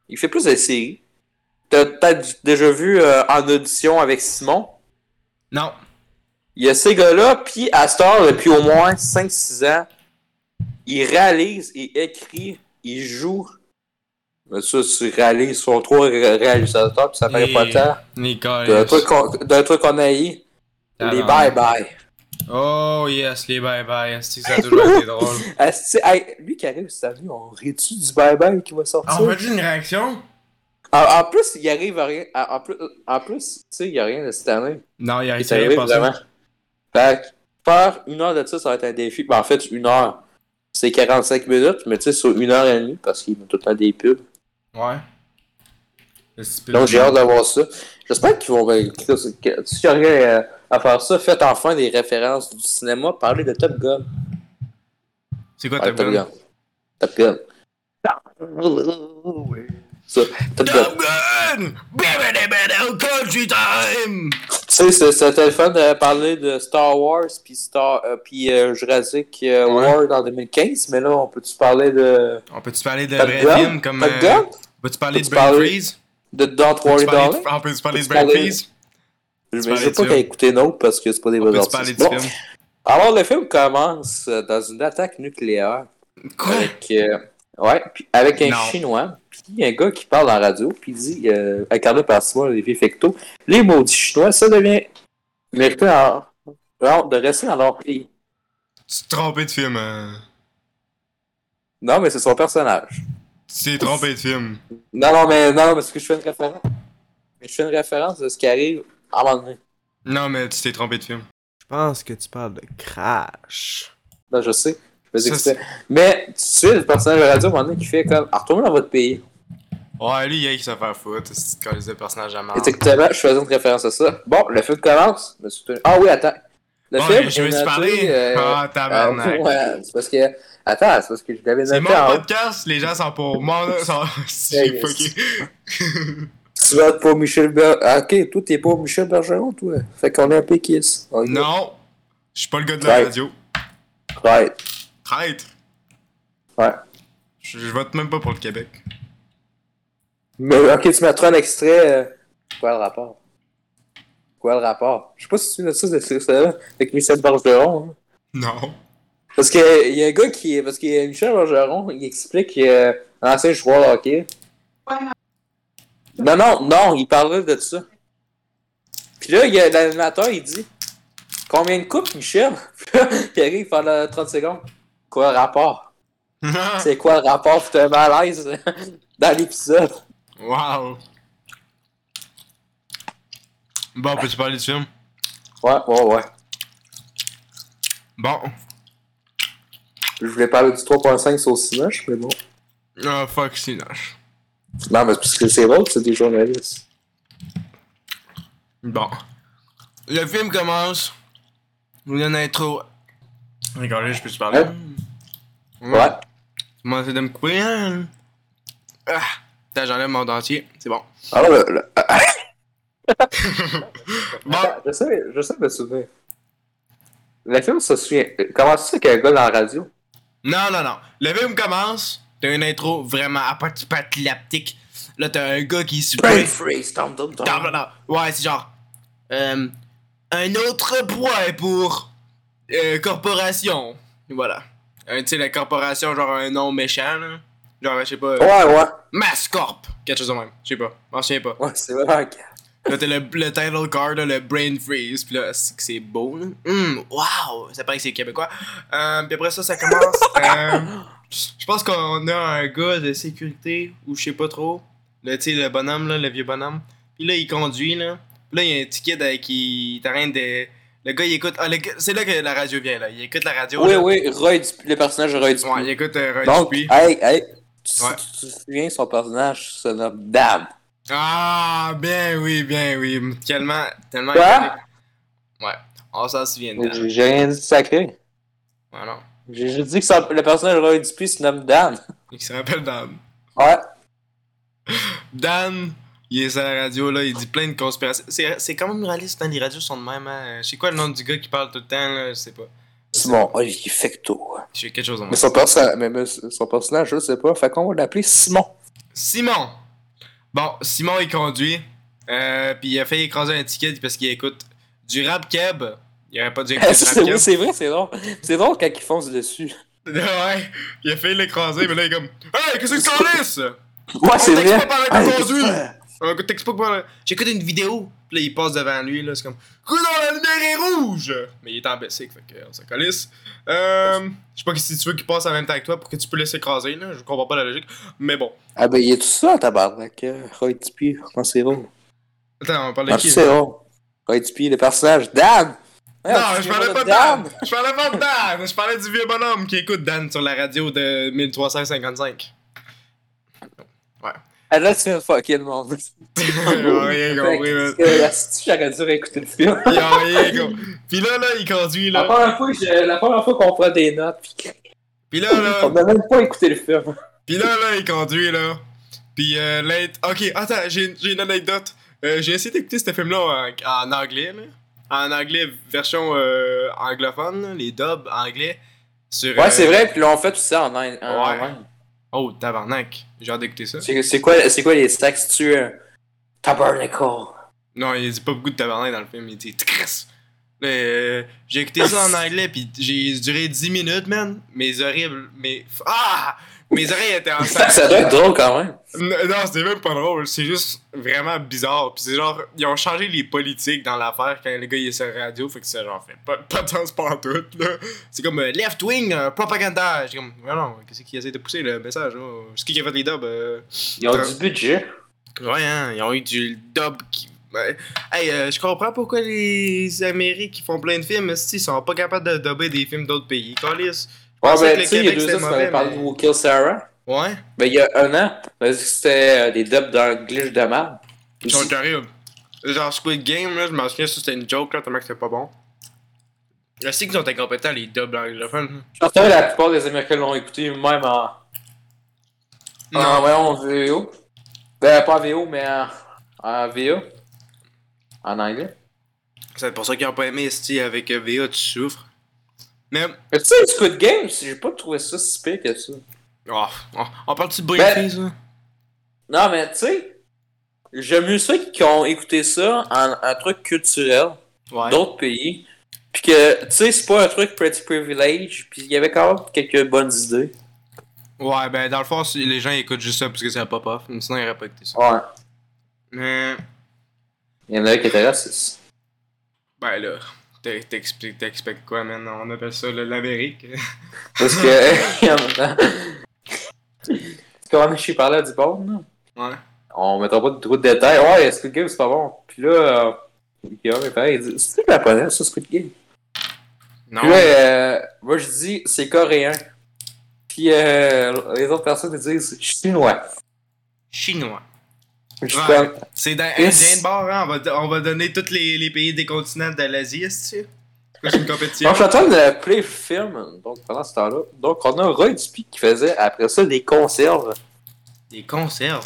[SPEAKER 2] il fait plus des séries. T'as peut-être déjà vu euh, en audition avec Simon.
[SPEAKER 5] Non.
[SPEAKER 2] Il y a ces gars-là, puis à cette heure, depuis au moins 5-6 ans, ils réalisent, ils écrivent, ils jouent. Mais ça, tu réalises, ils sont trois ré- réalisateurs, puis ça paraît
[SPEAKER 5] Et-
[SPEAKER 2] pas le temps.
[SPEAKER 5] Nicole.
[SPEAKER 2] D'un truc qu'on- d'un truc qu'on haït,
[SPEAKER 5] Ah
[SPEAKER 2] les
[SPEAKER 5] non.
[SPEAKER 2] bye-bye.
[SPEAKER 5] Oh yes, les bye-bye. C'est que ça a toujours été drôle.
[SPEAKER 2] Asti- hey, lui qui arrive cette année, on rit-tu du bye-bye qui va sortir?
[SPEAKER 5] Ah, on fait une réaction?
[SPEAKER 2] En, en plus, il arrive à rien. En, en plus, en plus, tu sais, il n'y a rien de cette année.
[SPEAKER 5] Non, il a
[SPEAKER 2] Il est arrivé
[SPEAKER 5] essayé pas
[SPEAKER 2] vraiment.
[SPEAKER 5] ça.
[SPEAKER 2] Fait que faire une heure de ça, ça va être un défi. Ben, en fait, une heure, c'est 45 minutes, mais tu sais, sur une heure et demie, parce qu'il met tout le temps des pubs.
[SPEAKER 5] Ouais. Le stupide.
[SPEAKER 2] Donc, j'ai hâte d'avoir ça. J'espère qu'ils vont. ben, que- que- Si y a rien à- à faire ça, faites enfin des références du cinéma, parlez de Top Gun.
[SPEAKER 5] C'est quoi
[SPEAKER 2] Ah,
[SPEAKER 5] ta
[SPEAKER 2] Top Gun. Top Gun. hein. Ça, Top Gun.
[SPEAKER 5] Top Gun! Bibbidi bibbidi, country time!
[SPEAKER 2] Tu sais, c'est- c'était le fun de parler de Star Wars puis Star euh, puis euh, Jurassic euh, World en 2015, mais là, on peut-tu parler de
[SPEAKER 5] On peut-tu parler de
[SPEAKER 2] Top
[SPEAKER 5] vrais
[SPEAKER 2] Gun?
[SPEAKER 5] films comme.
[SPEAKER 2] Top
[SPEAKER 5] euh,
[SPEAKER 2] Gun?
[SPEAKER 5] Peux-tu parler de
[SPEAKER 2] Peux-tu
[SPEAKER 5] Brain
[SPEAKER 2] parler-
[SPEAKER 5] Freeze?
[SPEAKER 2] de Don't
[SPEAKER 5] Peux-tu
[SPEAKER 2] Worry
[SPEAKER 5] parler
[SPEAKER 2] Darling?
[SPEAKER 5] de- On peut-tu parler de
[SPEAKER 2] Peux-tu
[SPEAKER 5] Brain
[SPEAKER 2] parler-
[SPEAKER 5] Freeze?
[SPEAKER 2] Mais
[SPEAKER 5] parler
[SPEAKER 2] je veux
[SPEAKER 5] de
[SPEAKER 2] pas
[SPEAKER 5] ça?
[SPEAKER 2] qu'elle écoute l'autre parce que c'est pas des
[SPEAKER 5] On
[SPEAKER 2] bonnes
[SPEAKER 5] peut-tu parler
[SPEAKER 2] artistes.
[SPEAKER 5] du
[SPEAKER 2] Bon.
[SPEAKER 5] film?
[SPEAKER 2] Alors, le film commence euh, dans une attaque nucléaire
[SPEAKER 5] Quoi?
[SPEAKER 2] avec, euh, ouais, puis avec un
[SPEAKER 5] Non.
[SPEAKER 2] Chinois, puis un gars qui parle en radio, puis il dit, euh, incarné par Simon Olivier Fecto, les maudits Chinois, ça devient mérité en- en- de rester dans leur pays.
[SPEAKER 5] Tu t'es trompé de film. euh.
[SPEAKER 2] Non, mais c'est son personnage.
[SPEAKER 5] Tu t'es trompé de film.
[SPEAKER 2] Non, non, mais non, non, parce que je fais une référence. Mais je fais une référence de ce qui arrive à un moment donné.
[SPEAKER 5] Non, mais tu t'es trompé de film.
[SPEAKER 4] Je pense que tu parles de Crash.
[SPEAKER 2] Là, je sais. Je fais
[SPEAKER 5] Ça,
[SPEAKER 2] exprès. Mais tu sais, le personnage de radio, à un moment donné, qui fait comme, Ah, retournez dans votre pays.
[SPEAKER 5] Ouais, lui, il a qui se faire foutre. C'est quand les personnages à mort.
[SPEAKER 2] Exactement, je faisais une référence à ça. Bon, le film commence. je me suis tenu- Ah oui, attends. Le
[SPEAKER 5] Bon,
[SPEAKER 2] film.
[SPEAKER 5] je me suis
[SPEAKER 2] est noté,
[SPEAKER 5] parlé.
[SPEAKER 2] euh,
[SPEAKER 5] Ah,
[SPEAKER 2] euh,
[SPEAKER 5] tabarnak.
[SPEAKER 2] ouais, c'est parce que. Attends, c'est parce que je l'avais
[SPEAKER 5] C'est hein.
[SPEAKER 2] noté
[SPEAKER 5] mon
[SPEAKER 2] en haut.
[SPEAKER 5] podcast, les gens sont pour moi. là, Sont... J'ai fucké.
[SPEAKER 2] Tu votes pour Michel Bergeron. ok, toi, t'es pour Michel Bergeron, toi. Fait qu'on est un péquiste. Ah, On est-
[SPEAKER 5] Non, je suis pas le gars de la
[SPEAKER 2] Ouais.
[SPEAKER 5] radio.
[SPEAKER 2] Right.
[SPEAKER 5] Traître.
[SPEAKER 2] Ouais.
[SPEAKER 5] Je, je vote même pas pour le Québec.
[SPEAKER 2] Mais, ok, tu mettras un extrait. euh, Quoi le rapport Quoi le rapport Je sais pas si tu notes ça, c'est ça, avec Michel Bergeron. hein.
[SPEAKER 5] Non.
[SPEAKER 2] Parce que euh, il y a un gars qui. Parce que euh, Michel Bergeron, il explique euh, un ancien joueur de hockey. Non, non, non, il parlait de ça. Puis là, il y a l'animateur, il dit Combien de coupes, Michel Puis là, il arrive pendant 30 secondes. Quoi le rapport C'est quoi le rapport Puis t'es mal à l'aise dans l'épisode.
[SPEAKER 5] wow. Bon, peux-tu parler du film?
[SPEAKER 2] Ouais, ouais, ouais.
[SPEAKER 5] Bon.
[SPEAKER 2] Je voulais parler du 3.5 saucinoche, mais bon.
[SPEAKER 5] Ah, fuck, c'est nage.
[SPEAKER 2] Non, mais parce que c'est l'autre, c'est des journalistes.
[SPEAKER 5] Bon. Le film commence. Nous donne l'intro. Regardez, je peux te parler?
[SPEAKER 2] Ouais. Ouais.
[SPEAKER 5] Moi, c'est de me couper. hein? Ah, Putain, j'enlève mon dentier. C'est bon.
[SPEAKER 2] Alors, le- le-
[SPEAKER 5] Bon,
[SPEAKER 2] Attends, Ah, je sais, je sais me souvenir. Le film se souvient. Comment tu sais qu'il y a un gars dans la radio?
[SPEAKER 5] non, non, non. Le film commence. T'as une intro vraiment apocalyptique. Là, t'as un gars qui est super.
[SPEAKER 2] freeze, tom tom tom.
[SPEAKER 5] Non, non, non. Ouais, c'est genre. euh, un autre point pour. euh, corporation. Voilà. Euh, tu sais, la corporation, genre un nom méchant, là. Genre, je sais pas. euh,
[SPEAKER 2] Ouais, ouais.
[SPEAKER 5] Mascorp. Quelque chose de même. Je sais pas. Je m'en souviens pas.
[SPEAKER 2] Ouais, c'est vraiment un gars.
[SPEAKER 5] Là, t'as le, le title card, là, le Brain Freeze. Puis là, c'est que c'est beau, là. Hum, wow! Ça paraît que c'est québécois. Euh, puis après ça, ça commence. euh, je pense qu'on a un gars de sécurité, ou je sais pas trop. Là, tu sais, le bonhomme, là, le vieux bonhomme. Puis là, il conduit, là. Puis là, il y a un ticket euh, qui t'arrête de. Le gars, il écoute. Ah, le gars- C'est là que la radio vient, là. Il écoute la radio.
[SPEAKER 2] Oui,
[SPEAKER 5] là.
[SPEAKER 2] oui, Roy Dupuis, le personnage de Roy Dupuis.
[SPEAKER 5] Ouais, il écoute euh, Radio
[SPEAKER 2] Donc,
[SPEAKER 5] Dupuis.
[SPEAKER 2] hey, hey. Tu,
[SPEAKER 5] Ouais.
[SPEAKER 2] tu- tu te souviens, son personnage se nomme Dab.
[SPEAKER 5] Ah, bien oui, bien oui. Tellement. tellement
[SPEAKER 2] Quoi?
[SPEAKER 5] Ouais, on s'en souvient de
[SPEAKER 2] J'ai rien dit de sacré.
[SPEAKER 5] Ouais, non.
[SPEAKER 2] J'ai juste dit que son- le personnage de Roy Dupuis se nomme Dan.
[SPEAKER 5] Il se rappelle Dan.
[SPEAKER 2] Ouais.
[SPEAKER 5] Dan, il est à la radio, là, il dit plein de conspirations. C'est c'est quand même réaliste, hein, les radios sont de même. Hein. C'est quoi le nom du gars qui parle tout le temps, là Je sais pas.
[SPEAKER 2] Simon oh, Olivier Fecto.
[SPEAKER 5] J'ai quelque chose en
[SPEAKER 2] Mais
[SPEAKER 5] moi.
[SPEAKER 2] son, perso- mais- mais son personnage, je sais pas. Fait qu'on va l'appeler Simon.
[SPEAKER 5] Simon Bon, Simon, il conduit. Euh, puis il a failli écraser un ticket parce qu'il écoute du rap keb. Il aurait pas dû écouter du rap
[SPEAKER 2] oui,
[SPEAKER 5] keb.
[SPEAKER 2] c'est vrai, c'est drôle. C'est drôle quand il fonce dessus.
[SPEAKER 5] ouais, il a failli l'écraser, mais là, il est comme Hey, qu'est-ce que c'est que ça
[SPEAKER 2] Ouais,
[SPEAKER 5] On
[SPEAKER 2] c'est vrai.
[SPEAKER 5] t'explique pas par
[SPEAKER 2] Ah,
[SPEAKER 5] la
[SPEAKER 2] j'ai-
[SPEAKER 5] conduit! On t'explique pas par J'écoute une vidéo, pis là, il passe devant lui, là, c'est comme Coudon, la lumière est rouge! Mais il est en Bessic, fait qu'on s'en colisse. Euh, je sais pas si tu veux qu'il passe en même temps que toi pour que tu peux laisser écraser, là, je comprends pas la logique, mais bon.
[SPEAKER 2] Ah ben, il est tout ça, tabarnak. euh, Roy Dupuis. Non, c'est drôle.
[SPEAKER 5] Attends, on parle de
[SPEAKER 2] Non,
[SPEAKER 5] qui?
[SPEAKER 2] Ah, c'est drôle. Roy Dupuis, le personnage, Dan!
[SPEAKER 5] Non,
[SPEAKER 2] Ouais, tu
[SPEAKER 5] je
[SPEAKER 2] viens
[SPEAKER 5] parlais pas de Dan! Je parlais pas de Dan! Je parlais du vieux bonhomme qui écoute Dan sur la radio de 1355.
[SPEAKER 2] Ah, là, tu viens de fucker le monde.
[SPEAKER 5] Ils ont rien compris, man.
[SPEAKER 2] La j'aurais dû réécouter le film.
[SPEAKER 5] Ils ont rien compris. Pis là, là, il conduit,
[SPEAKER 2] La
[SPEAKER 5] là.
[SPEAKER 2] première fois, que je- la première fois qu'on prend des notes, pis
[SPEAKER 5] Pis là, là.
[SPEAKER 2] on n'a même pas écouté le film.
[SPEAKER 5] Pis là, là, il conduit, là. Pis euh, là, il- Ok, attends, j'ai j'ai une anecdote. Euh, j'ai essayé d'écouter ce film-là en, en anglais, là. En anglais, version euh, anglophone, là, les dubs anglais. Sur, euh,
[SPEAKER 2] Ouais, c'est vrai, puis là, on fait tout ça en Inde. en
[SPEAKER 5] Ouais.
[SPEAKER 2] Inde.
[SPEAKER 5] Oh, tabarnak. J'ai hâte d'écouter ça.
[SPEAKER 2] C'est c'est quoi, c'est quoi les stacks si tu euh, Tabernacle.
[SPEAKER 5] Non, il dit pas beaucoup de tabarnak dans le film, il dit Tchris! Là, euh, j'ai écouté ça en anglais, pis j'ai duré 10 minutes, man. Mes horribles. Mes. Ah! Mes oreilles étaient en sang.
[SPEAKER 2] Ça doit être drôle quand même.
[SPEAKER 5] Non, non, c'était même pas drôle, c'est juste vraiment bizarre. Puis c'est genre, ils ont changé les politiques dans l'affaire quand le gars il est sur la radio, fait que ça genre fait pas, pas de sens partout, là. C'est comme euh, left-wing, euh, propaganda. J'ai comme, non, non, qu'est-ce qu'ils essaient de pousser le message, là? C'est qui qui a fait les dubs? euh?
[SPEAKER 2] Ils ont du budget.
[SPEAKER 5] Ouais, hein, ils ont eu du dub qui. ouais. Hey, euh, je comprends pourquoi les Amériques ils font plein de films, mais si, ils sont pas capables de dubber des films d'autres pays. Calisse. Je
[SPEAKER 2] Ouais,
[SPEAKER 5] pensais
[SPEAKER 2] ben,
[SPEAKER 5] que le
[SPEAKER 2] tu sais, il y a
[SPEAKER 5] Québec,
[SPEAKER 2] deux
[SPEAKER 5] c'était
[SPEAKER 2] ans, tu m'avais
[SPEAKER 5] mauvais,
[SPEAKER 2] parlé
[SPEAKER 5] mais-
[SPEAKER 2] de Who Kill Sarah.
[SPEAKER 5] Ouais,
[SPEAKER 2] Ben, il y a un an, on a dit que c'était euh, des dubs d'un glitch de merde.
[SPEAKER 5] ils sont terribles. Genre Squid Game, là, je m'en souviens, ça, c'était une joke, là, tellement que c'était pas bon. Je sais qu'ils sont incompétents, les dubs anglophones.
[SPEAKER 2] Je pense que la plupart des Américains l'ont écouté, même en.
[SPEAKER 5] Non.
[SPEAKER 2] En, ouais, en VO. Ben, pas en VO, mais en, en VO. En anglais.
[SPEAKER 5] C'est pour ça qu'ils ont pas aimé, si avec euh, VA, tu souffres. Mais,
[SPEAKER 2] Mais tu sais, Squid Game, j'ai pas trouvé ça si pire que ça.
[SPEAKER 5] oh, oh, on parle-tu de
[SPEAKER 2] Ben-
[SPEAKER 5] Brainface, là?
[SPEAKER 2] Non, mais tu sais, j'aime mieux ça qu'ils ont écouté ça en un truc culturel
[SPEAKER 5] Ouais.
[SPEAKER 2] d'autres pays. Puis que, tu sais, c'est pas un truc pretty privilege. Puis il y avait quand même quelques bonnes idées.
[SPEAKER 5] Ouais, ben, dans le fond, si- les gens écoutent juste ça parce que c'est un pop-off, sinon ils auraient pas écouté ça.
[SPEAKER 2] Ouais.
[SPEAKER 5] Mais,
[SPEAKER 2] Il y en a qui étaient racistes.
[SPEAKER 5] ben là, t'es- t'expliques, t'expliques quoi, man? On appelle ça le l'Amérique.
[SPEAKER 2] Parce que, en même temps. C'est comme je parlais du bon, non?
[SPEAKER 5] ouais.
[SPEAKER 2] On mettra pas trop de détails. Ouais, Squid Game, c'est pas bon. Puis là, euh, Guillaume, mes parents, ils disent C'est japonais, ça, Squid Game.
[SPEAKER 5] Non.
[SPEAKER 2] Puis là, euh, moi, je dis C'est coréen. Puis euh, les autres personnes, ils disent Chinois.
[SPEAKER 5] Chinois.
[SPEAKER 2] Je suis
[SPEAKER 5] Ouais.
[SPEAKER 2] comme,
[SPEAKER 5] C'est dans
[SPEAKER 2] Yes.
[SPEAKER 5] Indien de bord, hein? on, va, do- on va donner tous les, les pays des continents de l'Asie, est-ce que c'est une compétition?
[SPEAKER 2] Bon, je suis en train de play le film, donc pendant ce temps-là. Donc, on a Roy Dupuis qui faisait, après ça, des conserves.
[SPEAKER 5] Des conserves.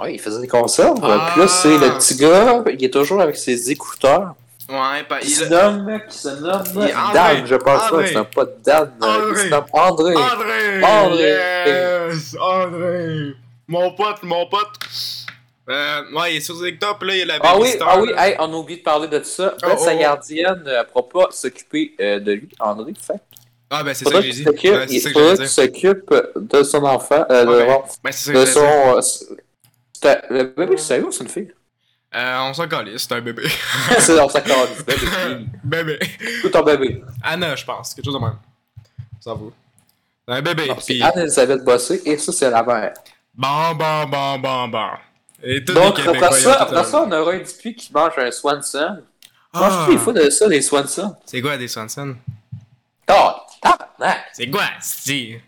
[SPEAKER 2] Ouais, il faisait des conserves.
[SPEAKER 5] Ah.
[SPEAKER 2] Puis là, c'est le petit gars, il est toujours avec ses écouteurs.
[SPEAKER 5] Ouais, pa-
[SPEAKER 2] Il
[SPEAKER 5] il
[SPEAKER 2] se nomme, qui se nomme
[SPEAKER 5] Il est André.
[SPEAKER 2] Dan, je pense pas,
[SPEAKER 5] André.
[SPEAKER 2] il se nomme pas Dan, euh, il
[SPEAKER 5] André.
[SPEAKER 2] se nomme André.
[SPEAKER 5] André!
[SPEAKER 2] André.
[SPEAKER 5] Yes! André! Mon pote, mon pote! Euh, ouais, il est sur TikTok, puis là, il y a la
[SPEAKER 2] Ah oui,
[SPEAKER 5] baby-star,
[SPEAKER 2] ah oui,
[SPEAKER 5] là.
[SPEAKER 2] hey, on a oublié de parler de ça.
[SPEAKER 5] Oh,
[SPEAKER 2] Ben,
[SPEAKER 5] oh,
[SPEAKER 2] sa
[SPEAKER 5] oh.
[SPEAKER 2] gardienne ne pourra pas s'occuper euh, de lui, André. Fait.
[SPEAKER 5] Ah, ben c'est ça
[SPEAKER 2] Faudrait
[SPEAKER 5] que j'ai dit.
[SPEAKER 2] qu'il s'occupe-
[SPEAKER 5] Ouais, c'est
[SPEAKER 2] il
[SPEAKER 5] ça que j'ai
[SPEAKER 2] faudrait qu'il
[SPEAKER 5] dit.
[SPEAKER 2] s'occupe de son enfant, euh,
[SPEAKER 5] Ouais,
[SPEAKER 2] de,
[SPEAKER 5] ben, Ben, c'est ça que
[SPEAKER 2] de
[SPEAKER 5] j'ai dit.
[SPEAKER 2] son. euh, s- c'est un- Le bébé, c'est sérieux ou c'est une fille?
[SPEAKER 5] Euh, on s'en calisse, c'est un bébé.
[SPEAKER 2] c'est dans sa corde, bébé.
[SPEAKER 5] bébé.
[SPEAKER 2] Tout ton bébé.
[SPEAKER 5] Anna, je pense, quelque chose de même. Ça vaut. C'est un bébé,
[SPEAKER 2] Non, C'est
[SPEAKER 5] puis-
[SPEAKER 2] Anne-Elisabeth Bossé et ça, c'est la mère.
[SPEAKER 5] Bon, bon, bon, bon, bon. Et tous
[SPEAKER 2] Donc,
[SPEAKER 5] les Québécois,
[SPEAKER 2] après
[SPEAKER 5] ils ont
[SPEAKER 2] ça,
[SPEAKER 5] tout un-
[SPEAKER 2] après ça, on a Roy Dupuis qui mange un Swanson.
[SPEAKER 5] Ah,
[SPEAKER 2] Mange-tu des fois de ça, des Swanson?
[SPEAKER 5] C'est quoi des Swanson?
[SPEAKER 2] Oh, tabarnak!
[SPEAKER 5] C'est quoi, c'est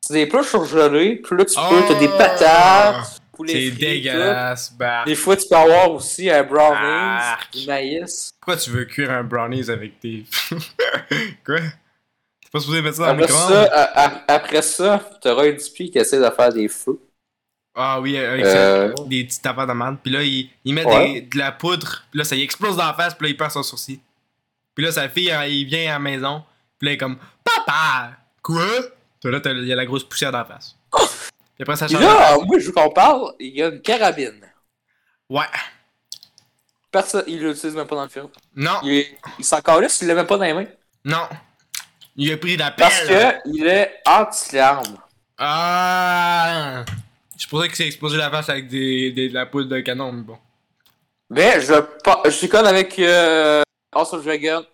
[SPEAKER 2] C'est des plats surgelés, puis là, tu peux, t'as des
[SPEAKER 5] Ah!
[SPEAKER 2] patates, poulet
[SPEAKER 5] C'est
[SPEAKER 2] frit,
[SPEAKER 5] dégueulasse, bah.
[SPEAKER 2] tout. Des fois, tu peux avoir aussi un brownies,
[SPEAKER 5] Arc.
[SPEAKER 2] du maïs.
[SPEAKER 5] Pourquoi tu veux cuire un brownies avec tes. quoi? pas supposé mettre ça dans le
[SPEAKER 2] Après
[SPEAKER 5] micro
[SPEAKER 2] Ah, bah, ça, à- à- après ça, t'auras un Dupuis qui essaie de faire des feux.
[SPEAKER 5] Ah oui, avec
[SPEAKER 2] Euh.
[SPEAKER 5] ça, des petits tapas d'amande. Puis là, il, il met
[SPEAKER 2] Ouais.
[SPEAKER 5] des- de la poudre. Puis là, ça y explose dans la face. Puis là, il perd son sourcil. Puis là, sa fille, elle- il vient à la maison. Puis là, il est comme Papa Quoi Puis là, t'as- il y a la grosse poussière dans la face. Puis après, ça
[SPEAKER 2] Puis
[SPEAKER 5] change.
[SPEAKER 2] là, moi, je veux qu'on parle, il y a une carabine.
[SPEAKER 5] Ouais.
[SPEAKER 2] Personne, il l'utilise même pas dans le film.
[SPEAKER 5] Non,
[SPEAKER 2] Il, il s'en calisse, il l'a même pas dans les mains.
[SPEAKER 5] non. Il a pris la pelle.
[SPEAKER 2] Parce que il est anti-arme.
[SPEAKER 5] Ah Je pensais qu'il s'est explosé la face avec des, des- de la poudre de canon, mais bon.
[SPEAKER 2] Mais je, pa- je suis con avec euh, House of Dragon.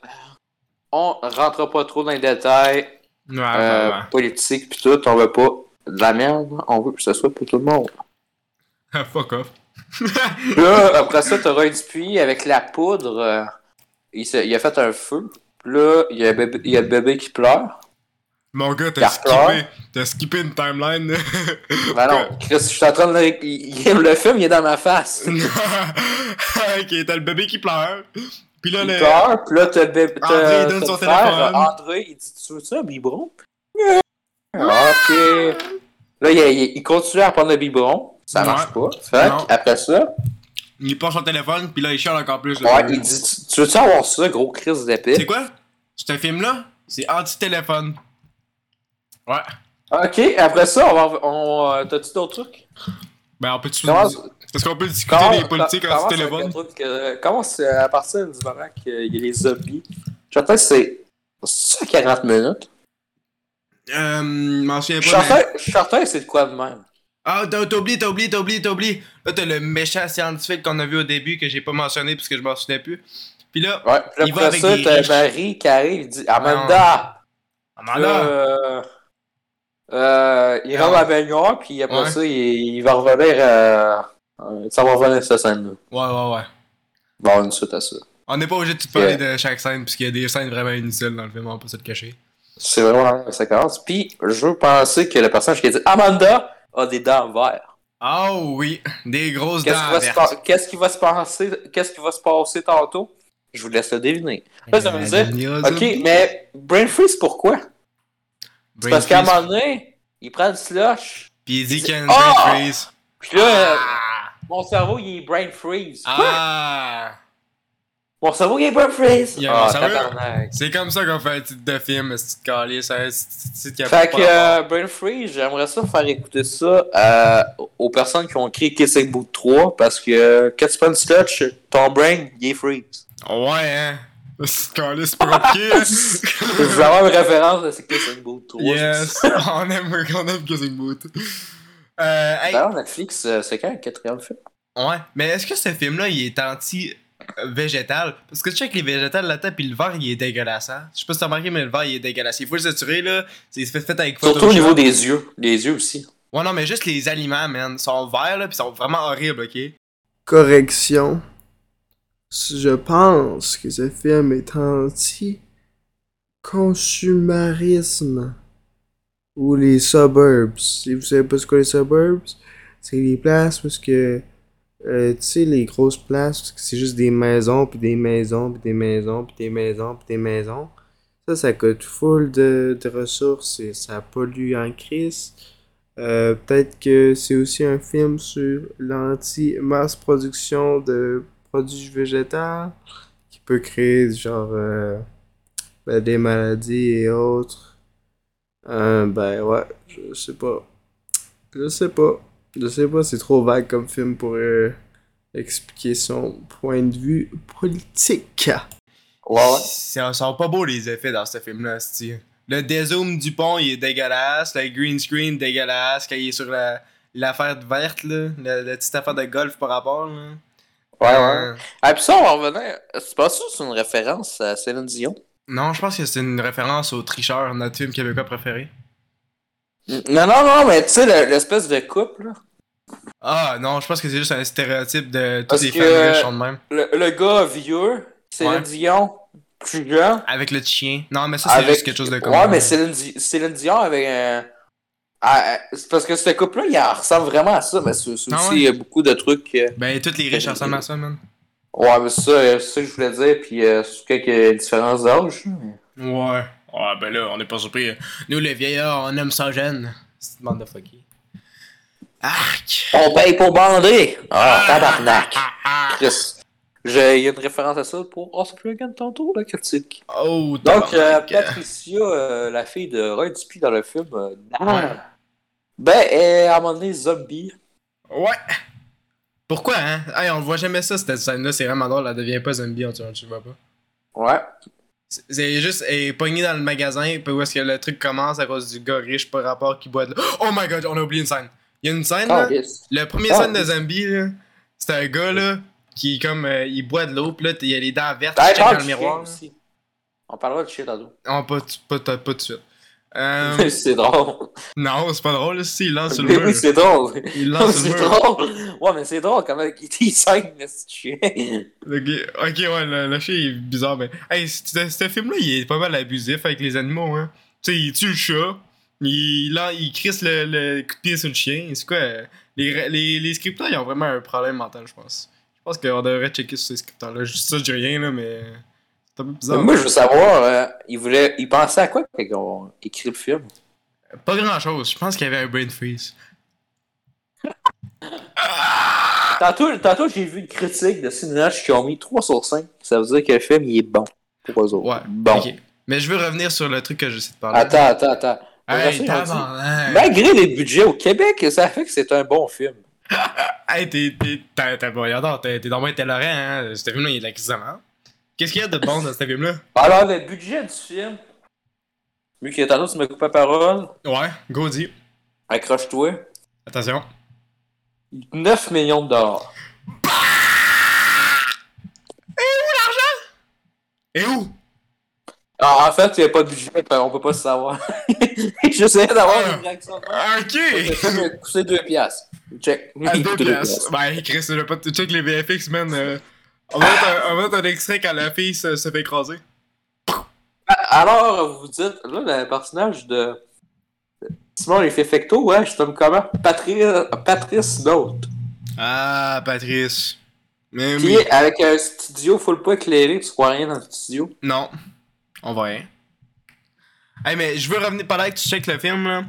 [SPEAKER 2] On rentre pas trop dans les détails
[SPEAKER 5] Ouais,
[SPEAKER 2] euh,
[SPEAKER 5] ouais,
[SPEAKER 2] politiques pis tout. On veut pas de la merde. On veut que ce soit pour tout le monde.
[SPEAKER 5] ouais. Fuck off.
[SPEAKER 2] Là, après ça, t'auras un puits avec la poudre. euh, il, s'est- il a fait un feu. Puis là, il y a, un bébé- il y a le bébé qui pleure.
[SPEAKER 5] Mon gars, t'as
[SPEAKER 2] Carter.
[SPEAKER 5] skippé, t'as skippé une timeline. là.
[SPEAKER 2] Ben non, Chris, je suis en train de. le- Il, il aime le film, il est dans ma face.
[SPEAKER 5] ok, t'as le bébé qui pleure. Puis là,
[SPEAKER 2] Il
[SPEAKER 5] le...
[SPEAKER 2] pleure, puis là, t'as le bébé.
[SPEAKER 5] André,
[SPEAKER 2] t'as-
[SPEAKER 5] il donne
[SPEAKER 2] t'as
[SPEAKER 5] son
[SPEAKER 2] le frère,
[SPEAKER 5] téléphone.
[SPEAKER 2] euh, André, il dit Tu veux ça, un biberon Ah, Ok. Là, il, il- il continue à prendre le biberon. Ça
[SPEAKER 5] Ouais.
[SPEAKER 2] marche pas. Fait
[SPEAKER 5] Non.
[SPEAKER 2] après ça,
[SPEAKER 5] il penche son téléphone, puis là, il chiale encore plus. le
[SPEAKER 2] ouais,
[SPEAKER 5] bébé.
[SPEAKER 2] il dit Tu- Tu veux-tu avoir ça, gros Chris
[SPEAKER 5] C'est
[SPEAKER 2] d'épée
[SPEAKER 5] quoi? Ce film-là, c'est anti-téléphone. Ouais.
[SPEAKER 2] Ok, après ça, on va. on, euh, T'as-tu d'autres trucs
[SPEAKER 5] Ben, on peut-tu...
[SPEAKER 2] Commence-
[SPEAKER 5] Est-ce qu'on peut discuter
[SPEAKER 2] Comment-
[SPEAKER 5] des politiques
[SPEAKER 2] comment-
[SPEAKER 5] anti-téléphone?
[SPEAKER 2] comment c'est un truc, euh, Comment c'est à partir du moment qu'il y a les zombies J'attends que c'est c'est ça 40 minutes.
[SPEAKER 5] Euh, m'en souviens
[SPEAKER 2] Je
[SPEAKER 5] pas, mais-
[SPEAKER 2] suis certain- je suis certain que c'est de quoi de même.
[SPEAKER 5] Ah, t'as t'as oublié, t'as oublié, t'as oublié, t'as oublié. Là, t'as le méchant scientifique qu'on a vu au début que j'ai pas mentionné parce que je m'en souvenais plus. Puis là,
[SPEAKER 2] Ouais. Puis là,
[SPEAKER 5] Il va
[SPEAKER 2] après
[SPEAKER 5] avec
[SPEAKER 2] ça,
[SPEAKER 5] des riches. Ah,
[SPEAKER 2] t'as Marie qui arrive, il dit Amanda
[SPEAKER 5] Amanda!
[SPEAKER 2] euh, euh, Il
[SPEAKER 5] Ah.
[SPEAKER 2] rentre à la baignoire, puis après
[SPEAKER 5] Ouais.
[SPEAKER 2] ça, il, il va revenir. euh, euh, ça va revenir cette scène-là.
[SPEAKER 5] Ouais, ouais, ouais.
[SPEAKER 2] Bon, une suite à ça.
[SPEAKER 5] On n'est pas obligé de tout parler de chaque scène parce qu'il y a des scènes vraiment inutiles dans le film, on va pas se le cacher.
[SPEAKER 2] C'est vraiment la séquence. Puis, je pensais que le personnage qui a dit Amanda a des dents vertes.
[SPEAKER 5] Ah oui, des grosses
[SPEAKER 2] Qu'est-ce
[SPEAKER 5] dents
[SPEAKER 2] qui va se
[SPEAKER 5] vertes.
[SPEAKER 2] pa- Qu'est-ce qui va se passer Qu'est-ce qui va se passer tantôt Je vous laisse le deviner. Là, ça veut dire, Ok, mais brain freeze pourquoi C'est parce qu'à un moment donné, il prend une slush.
[SPEAKER 5] Puis il dit qu'il y a une
[SPEAKER 2] Oh!
[SPEAKER 5] brain freeze.
[SPEAKER 2] Puis là, euh,
[SPEAKER 5] Ah!
[SPEAKER 2] mon cerveau il est brain freeze. Quoi?
[SPEAKER 5] Ah!
[SPEAKER 2] Mon cerveau il est brain freeze.
[SPEAKER 5] Il y a
[SPEAKER 2] Ah,
[SPEAKER 5] mon cerveau.
[SPEAKER 2] tabarnak.
[SPEAKER 5] C'est comme ça qu'on fait un titre de film, un petit calé, ça un petit titre qui a
[SPEAKER 2] Fait
[SPEAKER 5] pas
[SPEAKER 2] que euh, Brain Freeze, j'aimerais ça faire écouter ça à- aux personnes qui ont créé Kissing Boot 3 parce que euh, quand tu prends une slush, ton brain il est freeze.
[SPEAKER 5] Ouais, hein. Ce calé, c'est pas compliqué, hein.
[SPEAKER 2] Je vais avoir une référence à Kissing Boot 3.
[SPEAKER 5] Yes, on aime, on aime Kissing Booth. Euh, hey,
[SPEAKER 2] D'ailleurs, Netflix, euh, c'est quand le quatrième film?
[SPEAKER 5] ouais, mais est-ce que ce film-là, il est anti-végétal? Parce que tu sais que les végétales là-dedans, puis le vert, il est dégueulasse, hein? Je sais pas si t'as remarqué, mais le vert, il est dégueulasse. Il faut le saturer, là. C'est fait, fait avec
[SPEAKER 2] Surtout
[SPEAKER 5] Photoshop.
[SPEAKER 2] au niveau des yeux. Les yeux aussi.
[SPEAKER 5] Ouais, non, mais juste les aliments, man, ils sont verts, là, puis ils sont vraiment horribles, OK?
[SPEAKER 4] Correction. Je pense que ce film est anti-consumarisme. Ou les suburbs. Si vous savez pas ce qu'est les suburbs, c'est les places parce que. euh, tu sais, les grosses places, parce que c'est juste des maisons, puis des maisons, puis des maisons, puis des maisons, puis des maisons. Ça, ça coûte full de, de ressources et ça pollue en crise. Euh, peut-être que c'est aussi un film sur l'anti-masse production de produits végétaux qui peut créer genre euh, ben, des maladies et autres. Euh, ben ouais, je sais pas. Je sais pas. Je sais pas, c'est trop vague comme film pour euh, expliquer son point de vue politique.
[SPEAKER 2] Ouais, ouais.
[SPEAKER 5] Ça sont pas beaux, les effets, dans ce film-là, c'ti. Le dézoom du pont, il est dégueulasse. Le green screen, dégueulasse. Quand il est sur la- l'affaire verte, là. La, la petite affaire de golf par rapport, là.
[SPEAKER 2] Ouais, ouais.
[SPEAKER 5] Euh,
[SPEAKER 2] Ah, puis ça, on va revenir. C'est pas sûr que c'est une référence à Céline Dion.
[SPEAKER 5] Non, je pense que c'est une référence au tricheur, notre film québécois préféré.
[SPEAKER 2] N- Non, non, non, mais tu sais, le- l'espèce de couple, là.
[SPEAKER 5] Ah non, je pense que c'est juste un stéréotype de tous
[SPEAKER 2] Parce
[SPEAKER 5] les
[SPEAKER 2] que- euh,
[SPEAKER 5] femmes riches sont de même.
[SPEAKER 2] Le, le gars vieux, Céline
[SPEAKER 5] Ouais.
[SPEAKER 2] Dion, plus jeune.
[SPEAKER 5] Avec le chien. Non, mais ça, c'est juste quelque chose de commun.
[SPEAKER 2] Ouais, mais Céline, Di- Céline Dion avec un. Ah, ah, c'est parce que ce couple-là, il en ressemble vraiment à ça, mais c'est c'est
[SPEAKER 5] Ah
[SPEAKER 2] aussi
[SPEAKER 5] ouais?
[SPEAKER 2] il y a beaucoup de trucs. euh,
[SPEAKER 5] Ben, toutes les riches ressemblent à ça, man.
[SPEAKER 2] Ouais, mais ça, euh, c'est ça que je voulais dire, puis euh, c'est quelques différences d'âge.
[SPEAKER 5] Ouais. Ah, ben là, on n'est pas surpris. Nous, les vieillards, on aime ça jeune. C'est une bande de fucky. Arc!
[SPEAKER 2] On paye pour bander! Ah, tabarnak!
[SPEAKER 5] Ah, ah.
[SPEAKER 2] Chris. J'ai- Il y a une référence à ça pour House Dragon tantôt, la critique.
[SPEAKER 5] Oh,
[SPEAKER 2] Donc, euh,
[SPEAKER 5] tabarnak.
[SPEAKER 2] Patricia, euh, la fille de Roy Dupuis dans le film, euh, Dan, ben, elle, à un moment donné, zombie.
[SPEAKER 5] Ouais! Pourquoi, hein? Hey, on voit jamais ça, cette scène-là, c'est vraiment drôle, elle devient pas zombie, on tu, on tu vois pas.
[SPEAKER 2] Ouais.
[SPEAKER 5] C'est- C'est juste, elle est pognée dans le magasin, puis où est-ce que le truc commence à cause du gars riche par rapport qui boit de l'eau. Oh my god, on a oublié une scène. Il y a une scène, là.
[SPEAKER 2] Ah, yes.
[SPEAKER 5] Le premier
[SPEAKER 2] Ah,
[SPEAKER 5] scène de zombie, là, c'est un gars, là, qui, comme, euh, il boit de l'eau, puis là, t- il a les dents vertes,
[SPEAKER 2] Ah,
[SPEAKER 5] il check dans
[SPEAKER 2] parle
[SPEAKER 5] le
[SPEAKER 2] du
[SPEAKER 5] miroir.
[SPEAKER 2] chien aussi. On parlera de chien tantôt.
[SPEAKER 5] là. Oh, pas, tout- pas, tout- pas tout de suite. Euh,
[SPEAKER 2] c'est drôle.
[SPEAKER 5] non, c'est pas drôle, là, si, il lance sur
[SPEAKER 2] Mais
[SPEAKER 5] le mur.
[SPEAKER 2] oui, c'est drôle.
[SPEAKER 5] Il lance sur
[SPEAKER 2] c'est
[SPEAKER 5] le mur.
[SPEAKER 2] drôle. Ouais, mais c'est drôle quand même qu'il dit 5, mais c'est chien.
[SPEAKER 5] Le gars- Ok, ouais, le, le chien il est bizarre, mais. Hey, ce ce film-là, il est pas mal abusif avec les animaux, hein. Tu sais, il tue le chat, il, il, en- il crisse le, le coup de pied sur le chien. C'est quoi euh, les, ra- les, les scripteurs, ils ont vraiment un problème mental, je pense. Je pense qu'on devrait checker sur ces scripteurs-là. Je dis ça, je dis rien, là, mais. C'est un peu bizarre.
[SPEAKER 2] Moi, je veux savoir, euh, il, voulait... il pensait à quoi quand ils ont écrit le film?
[SPEAKER 5] Pas grand-chose. Je pense qu'il y avait un brain freeze.
[SPEAKER 2] Tantôt, tantôt j'ai vu une critique de Cinéage qui ont mis 3 sur 5. Ça veut dire que le film, il est bon. Pour eux autres.
[SPEAKER 5] Ouais.
[SPEAKER 2] Bon.
[SPEAKER 5] ok. Mais je veux revenir sur le truc que j'essaie de parler.
[SPEAKER 2] Attends, attends, attends.
[SPEAKER 5] Hey,
[SPEAKER 2] Ils ont dit,
[SPEAKER 5] tabarnak.
[SPEAKER 2] Malgré les budgets au Québec, ça fait que c'est un bon film.
[SPEAKER 5] Hey, t'es, t'es, t'es, t'es, bon, regarde, t'es, t'es dans le talent, hein. Ce film-là, il est de la crise de merde. Qu'est-ce qu'il y a de bon dans ce film-là?
[SPEAKER 2] Alors, le budget du film, vu que tantôt tu m'as coupé la parole,
[SPEAKER 5] Ouais, go dit.
[SPEAKER 2] accroche-toi,
[SPEAKER 5] Attention.
[SPEAKER 2] 9 millions de dollars.
[SPEAKER 5] Et où?
[SPEAKER 2] Alors, Ah, en fait, il n'y a pas de budget, fait on peut pas se savoir. J'essayais d'avoir une réaction.
[SPEAKER 5] Ok!
[SPEAKER 2] C'est 2 piastres. Check.
[SPEAKER 5] Ah, À deux
[SPEAKER 2] Deux
[SPEAKER 5] piastres. Ben, Chris, je vais pas te check les VFX, man. euh, on, va mettre un, on va mettre un extrait quand la fille se, se fait écraser.
[SPEAKER 2] Alors, vous dites, là, le personnage de Simon, il fait fecto, ouais, je t'aime comment? Patrice, Patrice Note.
[SPEAKER 5] Ah, Patrice. Mais
[SPEAKER 2] Qui est avec un studio full pas éclairé, tu vois rien dans le studio.
[SPEAKER 5] Non. On va rien. Hey, mais je veux revenir pendant que tu checkes le film, là.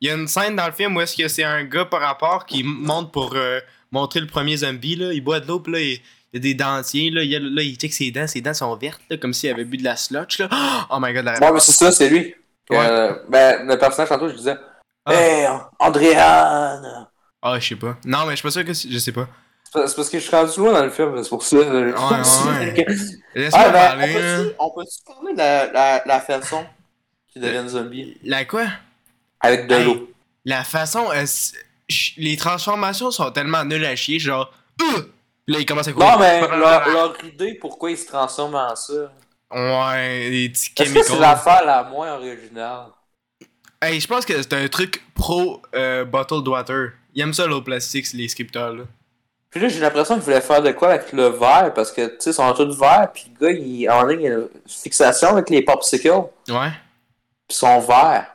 [SPEAKER 5] Il y a une scène dans le film où est-ce que c'est un gars par rapport qui monte pour euh, montrer le premier zombie, là. Il boit de l'eau, puis là, il, il y a des dentiers, là. Il, y a- là, il check ses dents. Ses dents sont vertes, là, comme s'il avait bu de la slotch, là. Oh my god, la
[SPEAKER 2] Ouais, mais c'est ça, c'est lui.
[SPEAKER 5] Ouais.
[SPEAKER 2] Euh, ben, le personnage, tantôt, je disais,
[SPEAKER 5] Ah.
[SPEAKER 2] Hey, Andréane!
[SPEAKER 5] Ah, je sais pas. Non, mais je suis pas sûr que... c'est- Je sais pas.
[SPEAKER 2] C'est parce c'est parce que je suis rendu loin dans le film, c'est pour ça. Ouais,
[SPEAKER 5] ouais. Laisse-moi
[SPEAKER 2] Ah, ben, on
[SPEAKER 5] parler, là.
[SPEAKER 2] peut-tu on peut-tu parler de la, la, la façon qu'il devient zombie?
[SPEAKER 5] La quoi?
[SPEAKER 2] Avec de
[SPEAKER 5] Hey.
[SPEAKER 2] l'eau.
[SPEAKER 5] La façon... euh, c'est- ch- les transformations sont tellement nulles à chier, genre... Ugh! Là, il commence à courir.
[SPEAKER 2] Non, mais leur, leur idée, pourquoi ils se transforment en ça?
[SPEAKER 5] Ouais, des petits
[SPEAKER 2] Est-ce que c'est
[SPEAKER 5] chemicals.
[SPEAKER 2] l'affaire la moins originale?
[SPEAKER 5] Hey, je pense que c'est un truc pro euh, bottled water. Ils aiment ça l'eau plastique, c'est les scripteurs là.
[SPEAKER 2] Puis là, j'ai l'impression qu'ils voulaient faire de quoi avec le verre, parce que, tu sais, ils sont tous verts, puis le gars, il, en ligne, il a une fixation avec les popsicles,
[SPEAKER 5] Ouais.
[SPEAKER 2] puis ils sont verts.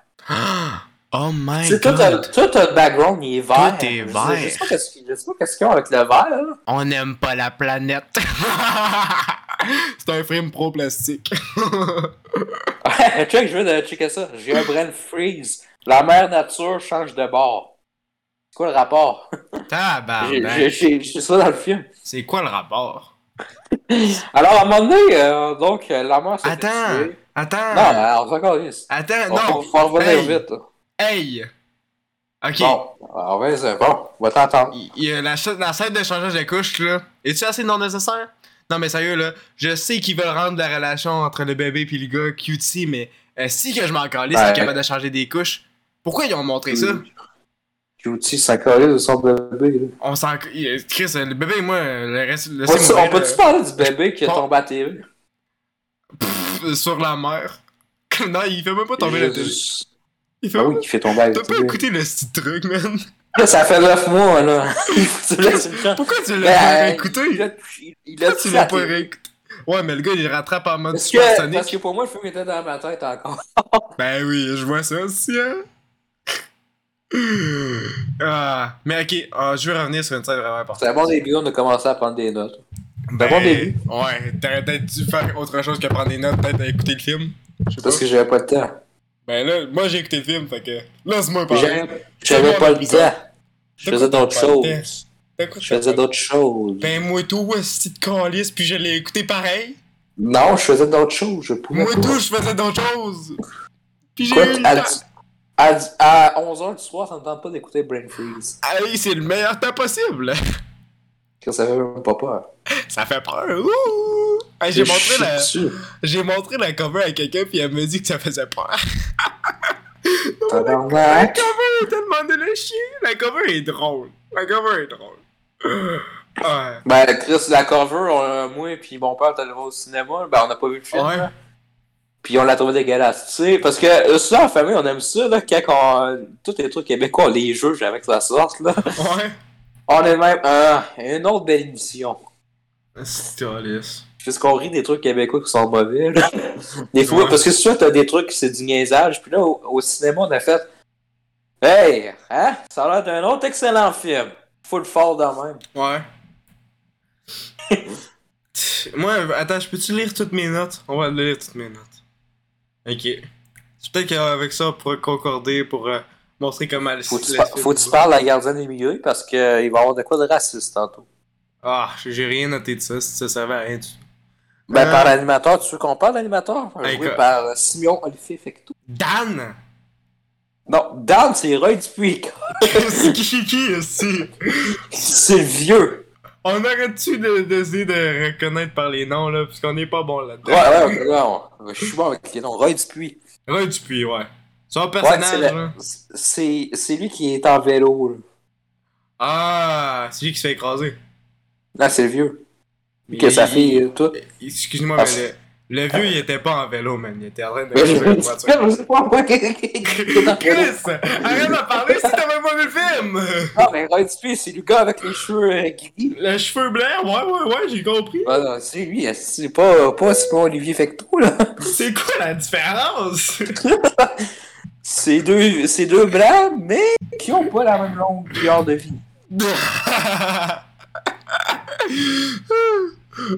[SPEAKER 5] Oh my
[SPEAKER 2] C'est tout, un-
[SPEAKER 5] god.
[SPEAKER 2] tout un background, il est vert.
[SPEAKER 5] Tout est
[SPEAKER 2] Je sais-
[SPEAKER 5] vert.
[SPEAKER 2] Je sais pas qu'est-ce qu'ils je sais pas qu'est-ce qu'ils ont avec le verre, là.
[SPEAKER 5] On n'aime pas la planète. c'est un film pro plastique.
[SPEAKER 2] Ouais, Check, je viens de checker ça. J'ai un brain freeze. La mère nature change de bord. C'est quoi le rapport? J'ai- j'ai-
[SPEAKER 5] Tabarnak.
[SPEAKER 2] J'ai j'ai ça dans le film.
[SPEAKER 5] C'est quoi le rapport?
[SPEAKER 2] Alors, à un moment donné, euh, donc, euh, la mère se fait
[SPEAKER 5] Attends.
[SPEAKER 2] tuer.
[SPEAKER 5] Attends.
[SPEAKER 2] Non, euh, on s'en calisse.
[SPEAKER 5] Attends,
[SPEAKER 2] On-
[SPEAKER 5] non.
[SPEAKER 2] On va revenir
[SPEAKER 5] Hey.
[SPEAKER 2] vite. là.
[SPEAKER 5] Hey. Ok.
[SPEAKER 2] Bon, on va essayer. Bon, on va t'entendre.
[SPEAKER 5] Il- il y a la, cha- la scène de changeage de couche, là, est-tu assez non nécessaire? Non, mais sérieux, là, je sais qu'ils veulent rendre la relation entre le bébé puis le gars cutie, mais euh, si que je m'en calisse,
[SPEAKER 2] Ben, Ouais.
[SPEAKER 5] c'est capable de changer des couches. Pourquoi ils ont montré ça?
[SPEAKER 2] Cutie s'en calisse de son bébé. là.
[SPEAKER 5] On s'en. il- Chris, euh, le bébé et moi, le reste. le
[SPEAKER 2] On peut-
[SPEAKER 5] mourir,
[SPEAKER 2] On peut-tu
[SPEAKER 5] là,
[SPEAKER 2] parler du bébé qui est
[SPEAKER 5] euh, Bon.
[SPEAKER 2] tombé à TV?
[SPEAKER 5] pff, euh, sur la mer? non, il fait même pas tomber la télé.
[SPEAKER 2] Jésus.
[SPEAKER 5] Il fait
[SPEAKER 2] Ah
[SPEAKER 5] même-
[SPEAKER 2] oui, qui fait tomber à la
[SPEAKER 5] T'as pas
[SPEAKER 2] télé.
[SPEAKER 5] écouté le petit truc, man?
[SPEAKER 2] Là, ça fait 9 mois, là. Tu laisses une chance.
[SPEAKER 5] Pourquoi tu l'as pas
[SPEAKER 2] Ben, Il
[SPEAKER 5] réécouté?
[SPEAKER 2] a touché- il a
[SPEAKER 5] Pourquoi tu
[SPEAKER 2] touché
[SPEAKER 5] l'as
[SPEAKER 2] la
[SPEAKER 5] pas
[SPEAKER 2] télé.
[SPEAKER 5] réécouté? Ouais, mais le gars, il rattrape en mode
[SPEAKER 2] Parce que,
[SPEAKER 5] supersonique.
[SPEAKER 2] parce que pour moi, le film était dans ma tête encore.
[SPEAKER 5] Ben oui, je vois ça aussi, hein. Ah, mais ok, ah, je veux revenir sur une scène vraiment importante.
[SPEAKER 2] C'est un bon début, on a commencé à prendre des notes.
[SPEAKER 5] Ben,
[SPEAKER 2] bon début.
[SPEAKER 5] Ouais, t'aurais peut-être dû faire autre chose que prendre des notes, peut-être à écouter le film. Je sais pas.
[SPEAKER 2] Parce que j'avais pas le temps.
[SPEAKER 5] Ben là, moi j'ai écouté le film, fait que. Laisse-moi parler.
[SPEAKER 2] J'avais j'avais pas le temps. Je faisais d'autres choses.
[SPEAKER 5] T'écoutes
[SPEAKER 2] Je faisais d'autres choses.
[SPEAKER 5] Ben moi tout, esti de calice, puis je l'ai écouté pareil.
[SPEAKER 2] Non, je faisais d'autres choses. Je pouvais
[SPEAKER 5] Moi tout,
[SPEAKER 2] pas.
[SPEAKER 5] je faisais d'autres choses. Puis j'ai eu
[SPEAKER 2] Écoute,
[SPEAKER 5] le
[SPEAKER 2] à,
[SPEAKER 5] temps.
[SPEAKER 2] dix- à, 11h du soir, ça me tente pas d'écouter Brain Freeze.
[SPEAKER 5] Hey, c'est le meilleur temps possible.
[SPEAKER 2] Que ça fait même pas peur.
[SPEAKER 5] Ça fait peur. Ouh! Hey, j'ai
[SPEAKER 2] Je
[SPEAKER 5] montré
[SPEAKER 2] chie
[SPEAKER 5] la.
[SPEAKER 2] dessus.
[SPEAKER 5] J'ai montré la cover à quelqu'un puis elle m'a dit que ça faisait peur. La
[SPEAKER 2] Tabarnak.
[SPEAKER 5] cover est tellement de le chier. La cover est drôle. La cover est drôle. Ah, Ouais.
[SPEAKER 2] Ben, Chris, la cover, on- moi puis mon père, t'allais voir au cinéma, ben, on n'a pas vu le film.
[SPEAKER 5] Ouais.
[SPEAKER 2] Puis on l'a trouvé dégueulasse. Tu sais, parce que euh, ça, en famille, on aime ça, là, quand on... Tous les trucs québécois, on les juge avec la sorte, là.
[SPEAKER 5] Ouais.
[SPEAKER 2] On est même... Euh, une autre belle émission.
[SPEAKER 5] C'est calice.
[SPEAKER 2] Puisqu'on rit des trucs québécois qui sont mauvais, là. Des fois,
[SPEAKER 5] Ouais.
[SPEAKER 2] parce que souvent, t'as des trucs, c'est du niaisage. Puis là, au, au cinéma, on a fait... Hey! Hein? Ça a l'air d'un autre excellent film. Faut le fort dans même.
[SPEAKER 5] Ouais. Moi, attends, je peux-tu lire toutes mes notes? On va lire toutes mes notes. Ok. C'est peut-être qu'avec ça, on pourra concorder pour euh, montrer comment... le-
[SPEAKER 2] Faut que tu,
[SPEAKER 5] le
[SPEAKER 2] par-
[SPEAKER 5] film-
[SPEAKER 2] faut que tu parles à la gardienne des milieux, parce qu'il va y avoir de quoi de raciste, tantôt.
[SPEAKER 5] Ah, j'ai rien noté de ça, si ça servait à rien du
[SPEAKER 2] Ben,
[SPEAKER 5] Euh, ben,
[SPEAKER 2] par l'animateur, tu veux qu'on parle d'animateur?
[SPEAKER 5] Hey,
[SPEAKER 2] Joué
[SPEAKER 5] quoi.
[SPEAKER 2] par euh, Simeon Olivier Fecto.
[SPEAKER 5] Dan!
[SPEAKER 2] Non, Dan, c'est Roy Dupuis.
[SPEAKER 5] C'est qui c'est qui aussi?
[SPEAKER 2] C'est le vieux.
[SPEAKER 5] On aurait-tu de- d'essayer de reconnaître par les noms, là, parce qu'on n'est pas bon
[SPEAKER 2] Ouais,
[SPEAKER 5] là-dedans.
[SPEAKER 2] ouais, non. Je suis bon avec les noms. Roy Dupuis.
[SPEAKER 5] Roy Dupuis, ouais. Son
[SPEAKER 2] Ouais,
[SPEAKER 5] personnage,
[SPEAKER 2] c'est la-
[SPEAKER 5] là.
[SPEAKER 2] c'est c'est lui qui est en vélo. Là,
[SPEAKER 5] Ah, c'est lui qui se fait écraser.
[SPEAKER 2] Là, c'est le vieux.
[SPEAKER 5] Mais
[SPEAKER 2] Lui que sa
[SPEAKER 5] il-
[SPEAKER 2] fille, euh, tout.
[SPEAKER 5] Excuse-moi,
[SPEAKER 2] Ah,
[SPEAKER 5] mais
[SPEAKER 2] c'est-
[SPEAKER 5] le, le vieux, il était pas en vélo, man. Il était en train de...
[SPEAKER 2] Mais je
[SPEAKER 5] conduire une voiture.
[SPEAKER 2] je sais pas moi qui qui est en vélo.
[SPEAKER 5] Chris! Arrête de parler si t'as même pas vu le film!
[SPEAKER 2] Non, Ah, mais Roy Dupuis, c'est le gars avec les cheveux euh, gris.
[SPEAKER 5] Le cheveu blanc, ouais, ouais, ouais, j'ai compris.
[SPEAKER 2] Ouais, non, c'est lui, c'est pas, pas Simon Olivier Fecteau, là.
[SPEAKER 5] C'est quoi la différence?
[SPEAKER 2] C'est deux, c'est deux blancs, mais qui ont pas la même longueur de vie.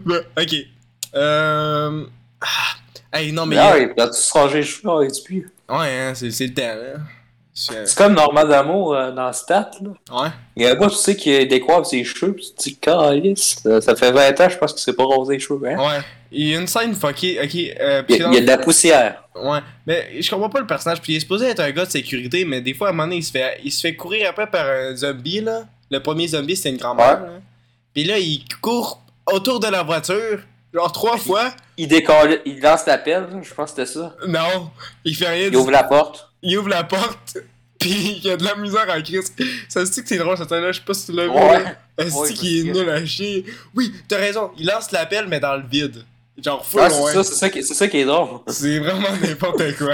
[SPEAKER 5] Bon, Ben, ok. Euh... ah, Hey, non, mais.
[SPEAKER 2] Mais ah, oui, quand tu se ranger les cheveux, Roy Dupuis.
[SPEAKER 5] Ouais, hein, c'est, c'est le temps, là. C'est-
[SPEAKER 2] C'est comme Normand D'Amour euh, dans Stat, là.
[SPEAKER 5] Ouais.
[SPEAKER 2] Il y a un gars, tu sais, qui décoiffe ses cheveux, pis tu te dis, calice, euh, ça fait 20 ans, je pense qu'il s'est pas rasé les cheveux, hein.
[SPEAKER 5] Ouais. Il y a une scène fuckée. Ok. Euh,
[SPEAKER 2] Il
[SPEAKER 5] parce
[SPEAKER 2] y,
[SPEAKER 5] que
[SPEAKER 2] a-
[SPEAKER 5] dans-
[SPEAKER 2] il y a de la poussière.
[SPEAKER 5] Ouais. Mais je comprends pas le personnage. Puis il est supposé être un gars de sécurité, mais des fois, à un moment donné, il se fait, il se fait courir après par un zombie, là. Le premier zombie, c'était une grand-mère, là. Puis là, il court autour de la voiture, genre trois fois.
[SPEAKER 2] Il décolle, il lance la pelle, là, je pense que c'était ça.
[SPEAKER 5] Non, il fait rien
[SPEAKER 2] Il
[SPEAKER 5] du
[SPEAKER 2] ouvre la porte.
[SPEAKER 5] il ouvre la porte, puis il y a de la misère à Chris. Ça se dit que c'est drôle cette scène-là, je sais pas si tu l'as vu.
[SPEAKER 2] Ouais.
[SPEAKER 5] là. Elle se
[SPEAKER 2] Ouais,
[SPEAKER 5] dit qu'il est
[SPEAKER 2] parce que-
[SPEAKER 5] nul à chier. Oui, t'as raison, il lance l'appel, mais dans le vide. Genre, fou
[SPEAKER 2] Ah, c'est
[SPEAKER 5] loin.
[SPEAKER 2] ça, c'est ça, qui- c'est ça qui est drôle.
[SPEAKER 5] C'est vraiment n'importe quoi.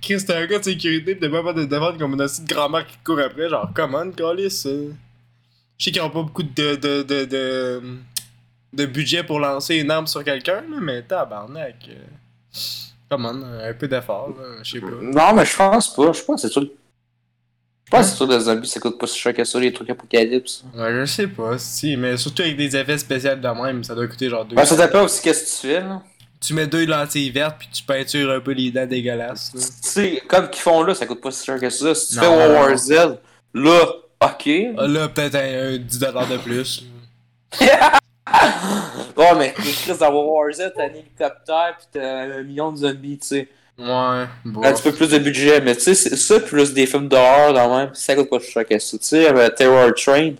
[SPEAKER 5] Chris, t'es un gars de sécurité, pis t'es pas capable de devant comme une hostie de grand-mère qui te court après. Genre, comment, Calis? euh? Je sais qu'ils ont pas beaucoup de, de, de, de, de budget pour lancer une arme sur quelqu'un, là, mais tabarnak. euh, Come on, un peu d'effort, là, je sais pas.
[SPEAKER 2] Non, mais je pense pas, je pense que c'est tout. Je pense que c'est tout des zombies, ça coûte pas si cher que ça, les trucs apocalypse.
[SPEAKER 5] Ouais, je sais pas, si, mais surtout avec des effets spéciaux de même, ça doit coûter genre deux.
[SPEAKER 2] Ben, ça dépend aussi qu'est-ce que tu fais, là.
[SPEAKER 5] Tu mets deux lentilles vertes puis tu peintures un peu les dents dégueulasses. là.
[SPEAKER 2] Tu sais, comme qu'ils font là, ça coûte pas si cher que ça. Si tu
[SPEAKER 5] Non,
[SPEAKER 2] fais
[SPEAKER 5] non,
[SPEAKER 2] World
[SPEAKER 5] non.
[SPEAKER 2] War Z, là, ok.
[SPEAKER 5] Ah, Là, peut-être un, un 10$ de plus.
[SPEAKER 2] Ouais, mais tu risques d'avoir War Z, t'as un hélicoptère, pis t'as un million de zombies, tu sais.
[SPEAKER 5] Ouais, bon.
[SPEAKER 2] Un petit peu plus de budget, mais tu sais, c'est ça, plus des films d'horreur, dans même, ça coûte pas si cher que ça. Tu sais, euh, Terror Train,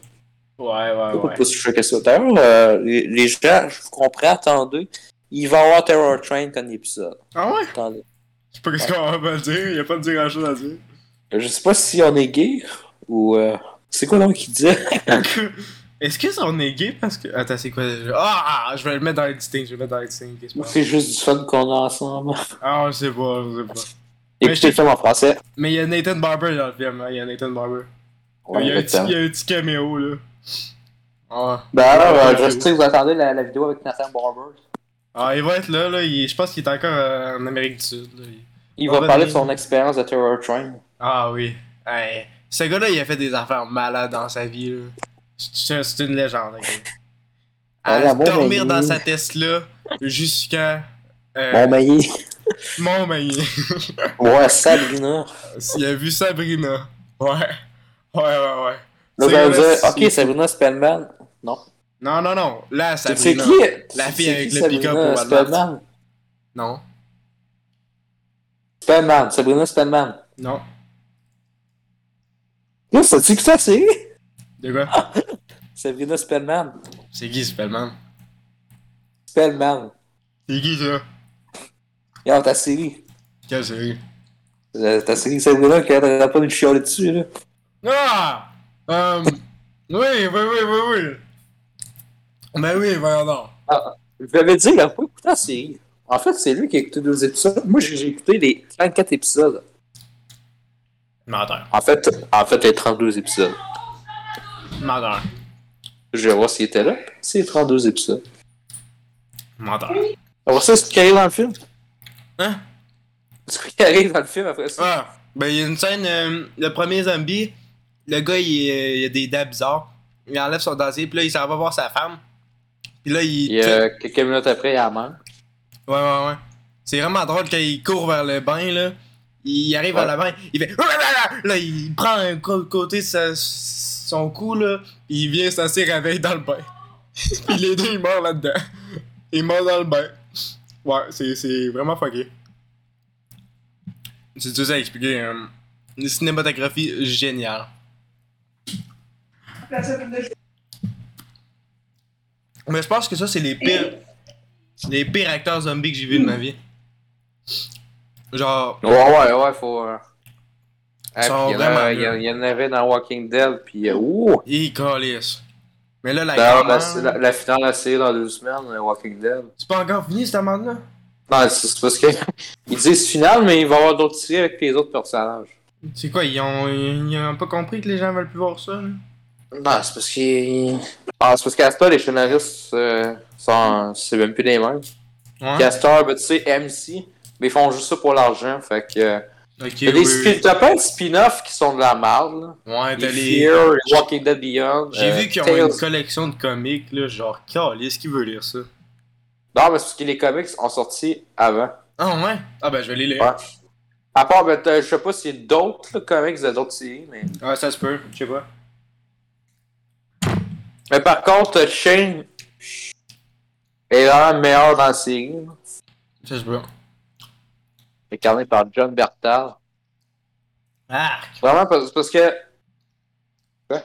[SPEAKER 5] Ouais, ouais,
[SPEAKER 2] ça coûte
[SPEAKER 5] ouais.
[SPEAKER 2] pas si cher que ça. D'ailleurs, euh, les, les gens, je vous comprends, attendez, il va y avoir Terror Train comme épisode.
[SPEAKER 5] Ah ouais?
[SPEAKER 2] Attendez.
[SPEAKER 5] Je sais pas qu'est-ce qu'on va dire, y a pas de dire grand chose à dire.
[SPEAKER 2] Euh, Je sais pas si on est gay, ou. euh, C'est quoi l'homme qui disait?
[SPEAKER 5] Est-ce que on est gay parce que. Attends, c'est quoi déjà? Ah, ah, je vais le mettre dans les distinct, je vais le mettre dans les distinct. qu'est-ce que c'est
[SPEAKER 2] C'est juste du fun qu'on a ensemble.
[SPEAKER 5] pas- Ah, je sais pas, je sais pas. Mais je-
[SPEAKER 2] Écoutez le film en français.
[SPEAKER 5] Mais y a Nathan Barber dans le film, hein, y a Nathan Barber.
[SPEAKER 2] Ouais,
[SPEAKER 5] Ah, y, a un petit,
[SPEAKER 2] exactement.
[SPEAKER 5] y a un petit caméo, là. Ah.
[SPEAKER 2] Ben alors, euh,
[SPEAKER 5] Ouais,
[SPEAKER 2] je sais que vous attendez la, la vidéo avec Nathan Barber.
[SPEAKER 5] Ah, il va être là, là. il- Je pense qu'il est encore euh, en Amérique du Sud. là. Il-
[SPEAKER 2] Il
[SPEAKER 5] On
[SPEAKER 2] va
[SPEAKER 5] va
[SPEAKER 2] parler de
[SPEAKER 5] venir.
[SPEAKER 2] son expérience de Terror Train.
[SPEAKER 5] Ah oui. Hey, Ce gars-là, il a fait des affaires malades dans sa vie. là. C'est c'est une légende. ok.
[SPEAKER 2] Ah, la
[SPEAKER 5] À
[SPEAKER 2] bonne
[SPEAKER 5] dormir
[SPEAKER 2] idée.
[SPEAKER 5] dans sa Tesla jusqu'à. euh,
[SPEAKER 2] Bon, mais il-
[SPEAKER 5] Mon manier.
[SPEAKER 2] Ouais, Sabrina.
[SPEAKER 5] S'il a vu Sabrina. Ouais. Ouais, ouais, ouais. C'est
[SPEAKER 2] Là, on va
[SPEAKER 5] vrai,
[SPEAKER 2] dire,
[SPEAKER 5] c'est-
[SPEAKER 2] ok, Sabrina Spellman. Non.
[SPEAKER 5] Non, non, non. Là,
[SPEAKER 2] C'est
[SPEAKER 5] Sabrina.
[SPEAKER 2] qui
[SPEAKER 5] La fille
[SPEAKER 2] c'est
[SPEAKER 5] avec
[SPEAKER 2] qui,
[SPEAKER 5] le
[SPEAKER 2] Sabrina
[SPEAKER 5] pick-up au Walmart.
[SPEAKER 2] Spellman.
[SPEAKER 5] Non.
[SPEAKER 2] Spellman, Sabrina Spellman.
[SPEAKER 5] Non.
[SPEAKER 2] Là, c'est-tu que ça, c'est
[SPEAKER 5] De quoi?
[SPEAKER 2] Sabrina Spellman.
[SPEAKER 5] C'est qui, Spellman?
[SPEAKER 2] Spellman.
[SPEAKER 5] C'est qui, ça?
[SPEAKER 2] Regarde ta série.
[SPEAKER 5] Quelle série?
[SPEAKER 2] Euh, Ta série Sabrina, qui a pas une chiolée dessus, là.
[SPEAKER 5] Ah! Euh... oui, oui, oui, oui, oui. Ben oui, voyons donc.
[SPEAKER 2] Je lui avais dit, il a pas écouté la série. En fait, c'est lui qui a écouté deux épisodes. Moi, j'ai j'ai écouté les 34 épisodes.
[SPEAKER 5] Menteur.
[SPEAKER 2] En fait, en fait, les 32 épisodes.
[SPEAKER 5] Menteur.
[SPEAKER 2] Je vais voir s'il était là. C'est 32 épisodes.
[SPEAKER 5] Menteur.
[SPEAKER 2] On va voir ça, ce qui arrive dans le film.
[SPEAKER 5] Hein?
[SPEAKER 2] Ce qui arrive dans le film après ça.
[SPEAKER 5] Ah, ben il y a une scène, euh, le premier zombie, le gars il, est- il a des dents bizarres, il enlève son dentier, puis là il s'en va voir sa femme, puis là il...
[SPEAKER 2] Et euh, quelques minutes après, il y a la mort.
[SPEAKER 5] Ouais, ouais, ouais. C'est vraiment drôle quand il court vers le bain, là, il arrive
[SPEAKER 2] Ouais.
[SPEAKER 5] à la bain, il fait... Là, il prend un co- côté de sa- son cou, là, puis il vient s'asseoir avec dans le bain. puis les deux, ils meurent là-dedans. Ils meurent dans le bain. Ouais, c'est, c'est vraiment fucké. C'est tout ça à expliquer. euh, une cinématographie géniale. Mais je pense que ça, c'est les pires... Les pires acteurs zombies que j'ai vus de ma vie. Genre...
[SPEAKER 2] Ouais, ouais, ouais, faut. euh, ouais,
[SPEAKER 5] sont
[SPEAKER 2] Ah, puis il, y en a-
[SPEAKER 5] vraiment
[SPEAKER 2] il y en-
[SPEAKER 5] mieux.
[SPEAKER 2] il y en avait dans Walking Dead, puis. euh, ouh!
[SPEAKER 5] Et calisse. Mais là, la
[SPEAKER 2] D'ailleurs, la,
[SPEAKER 5] grand-mère-
[SPEAKER 2] ben, la- la finale a série dans deux semaines, euh, Walking Dead.
[SPEAKER 5] C'est pas encore fini, cette amende-là?
[SPEAKER 2] Non, c'est c'est parce que. Ils disent finale, mais il va y avoir d'autres séries avec les autres personnages.
[SPEAKER 5] C'est quoi, ils ont, ils ils ont pas compris que les gens veulent plus voir ça, là?
[SPEAKER 2] Non, Bah, c'est parce que. Ah, c'est parce qu'à ce temps, les scénaristes euh, sont. C'est même plus les mêmes.
[SPEAKER 5] Ouais?
[SPEAKER 2] Castor, ben, tu sais, MC, mais ils font juste ça pour l'argent. Fait que. euh,
[SPEAKER 5] Ok,
[SPEAKER 2] les
[SPEAKER 5] oui, oui.
[SPEAKER 2] t'as plein de spin-offs qui sont de la merde, là.
[SPEAKER 5] Ouais,
[SPEAKER 2] Les
[SPEAKER 5] t'as les...
[SPEAKER 2] Fear, les Walking Dead Beyond.
[SPEAKER 5] J'ai
[SPEAKER 2] euh,
[SPEAKER 5] vu qu'ils
[SPEAKER 2] Tales
[SPEAKER 5] ont une collection de comics, là, genre, calisse, qui veut lire ça?
[SPEAKER 2] Non, mais c'est parce que les comics ont sorti avant.
[SPEAKER 5] Ah ouais? Ah ben, je vais les lire.
[SPEAKER 2] Ouais. À part, ben, t'as- je sais pas s'il y a d'autres là, comics de d'autres séries, mais.
[SPEAKER 5] Ah, ça se peut, je sais pas.
[SPEAKER 2] Mais par contre, euh, Shane est vraiment le meilleur dans la série. là.
[SPEAKER 5] Ça se peut.
[SPEAKER 2] Incarné par John Bertal.
[SPEAKER 5] Ah!
[SPEAKER 2] Vraiment, parce, parce que. Quoi?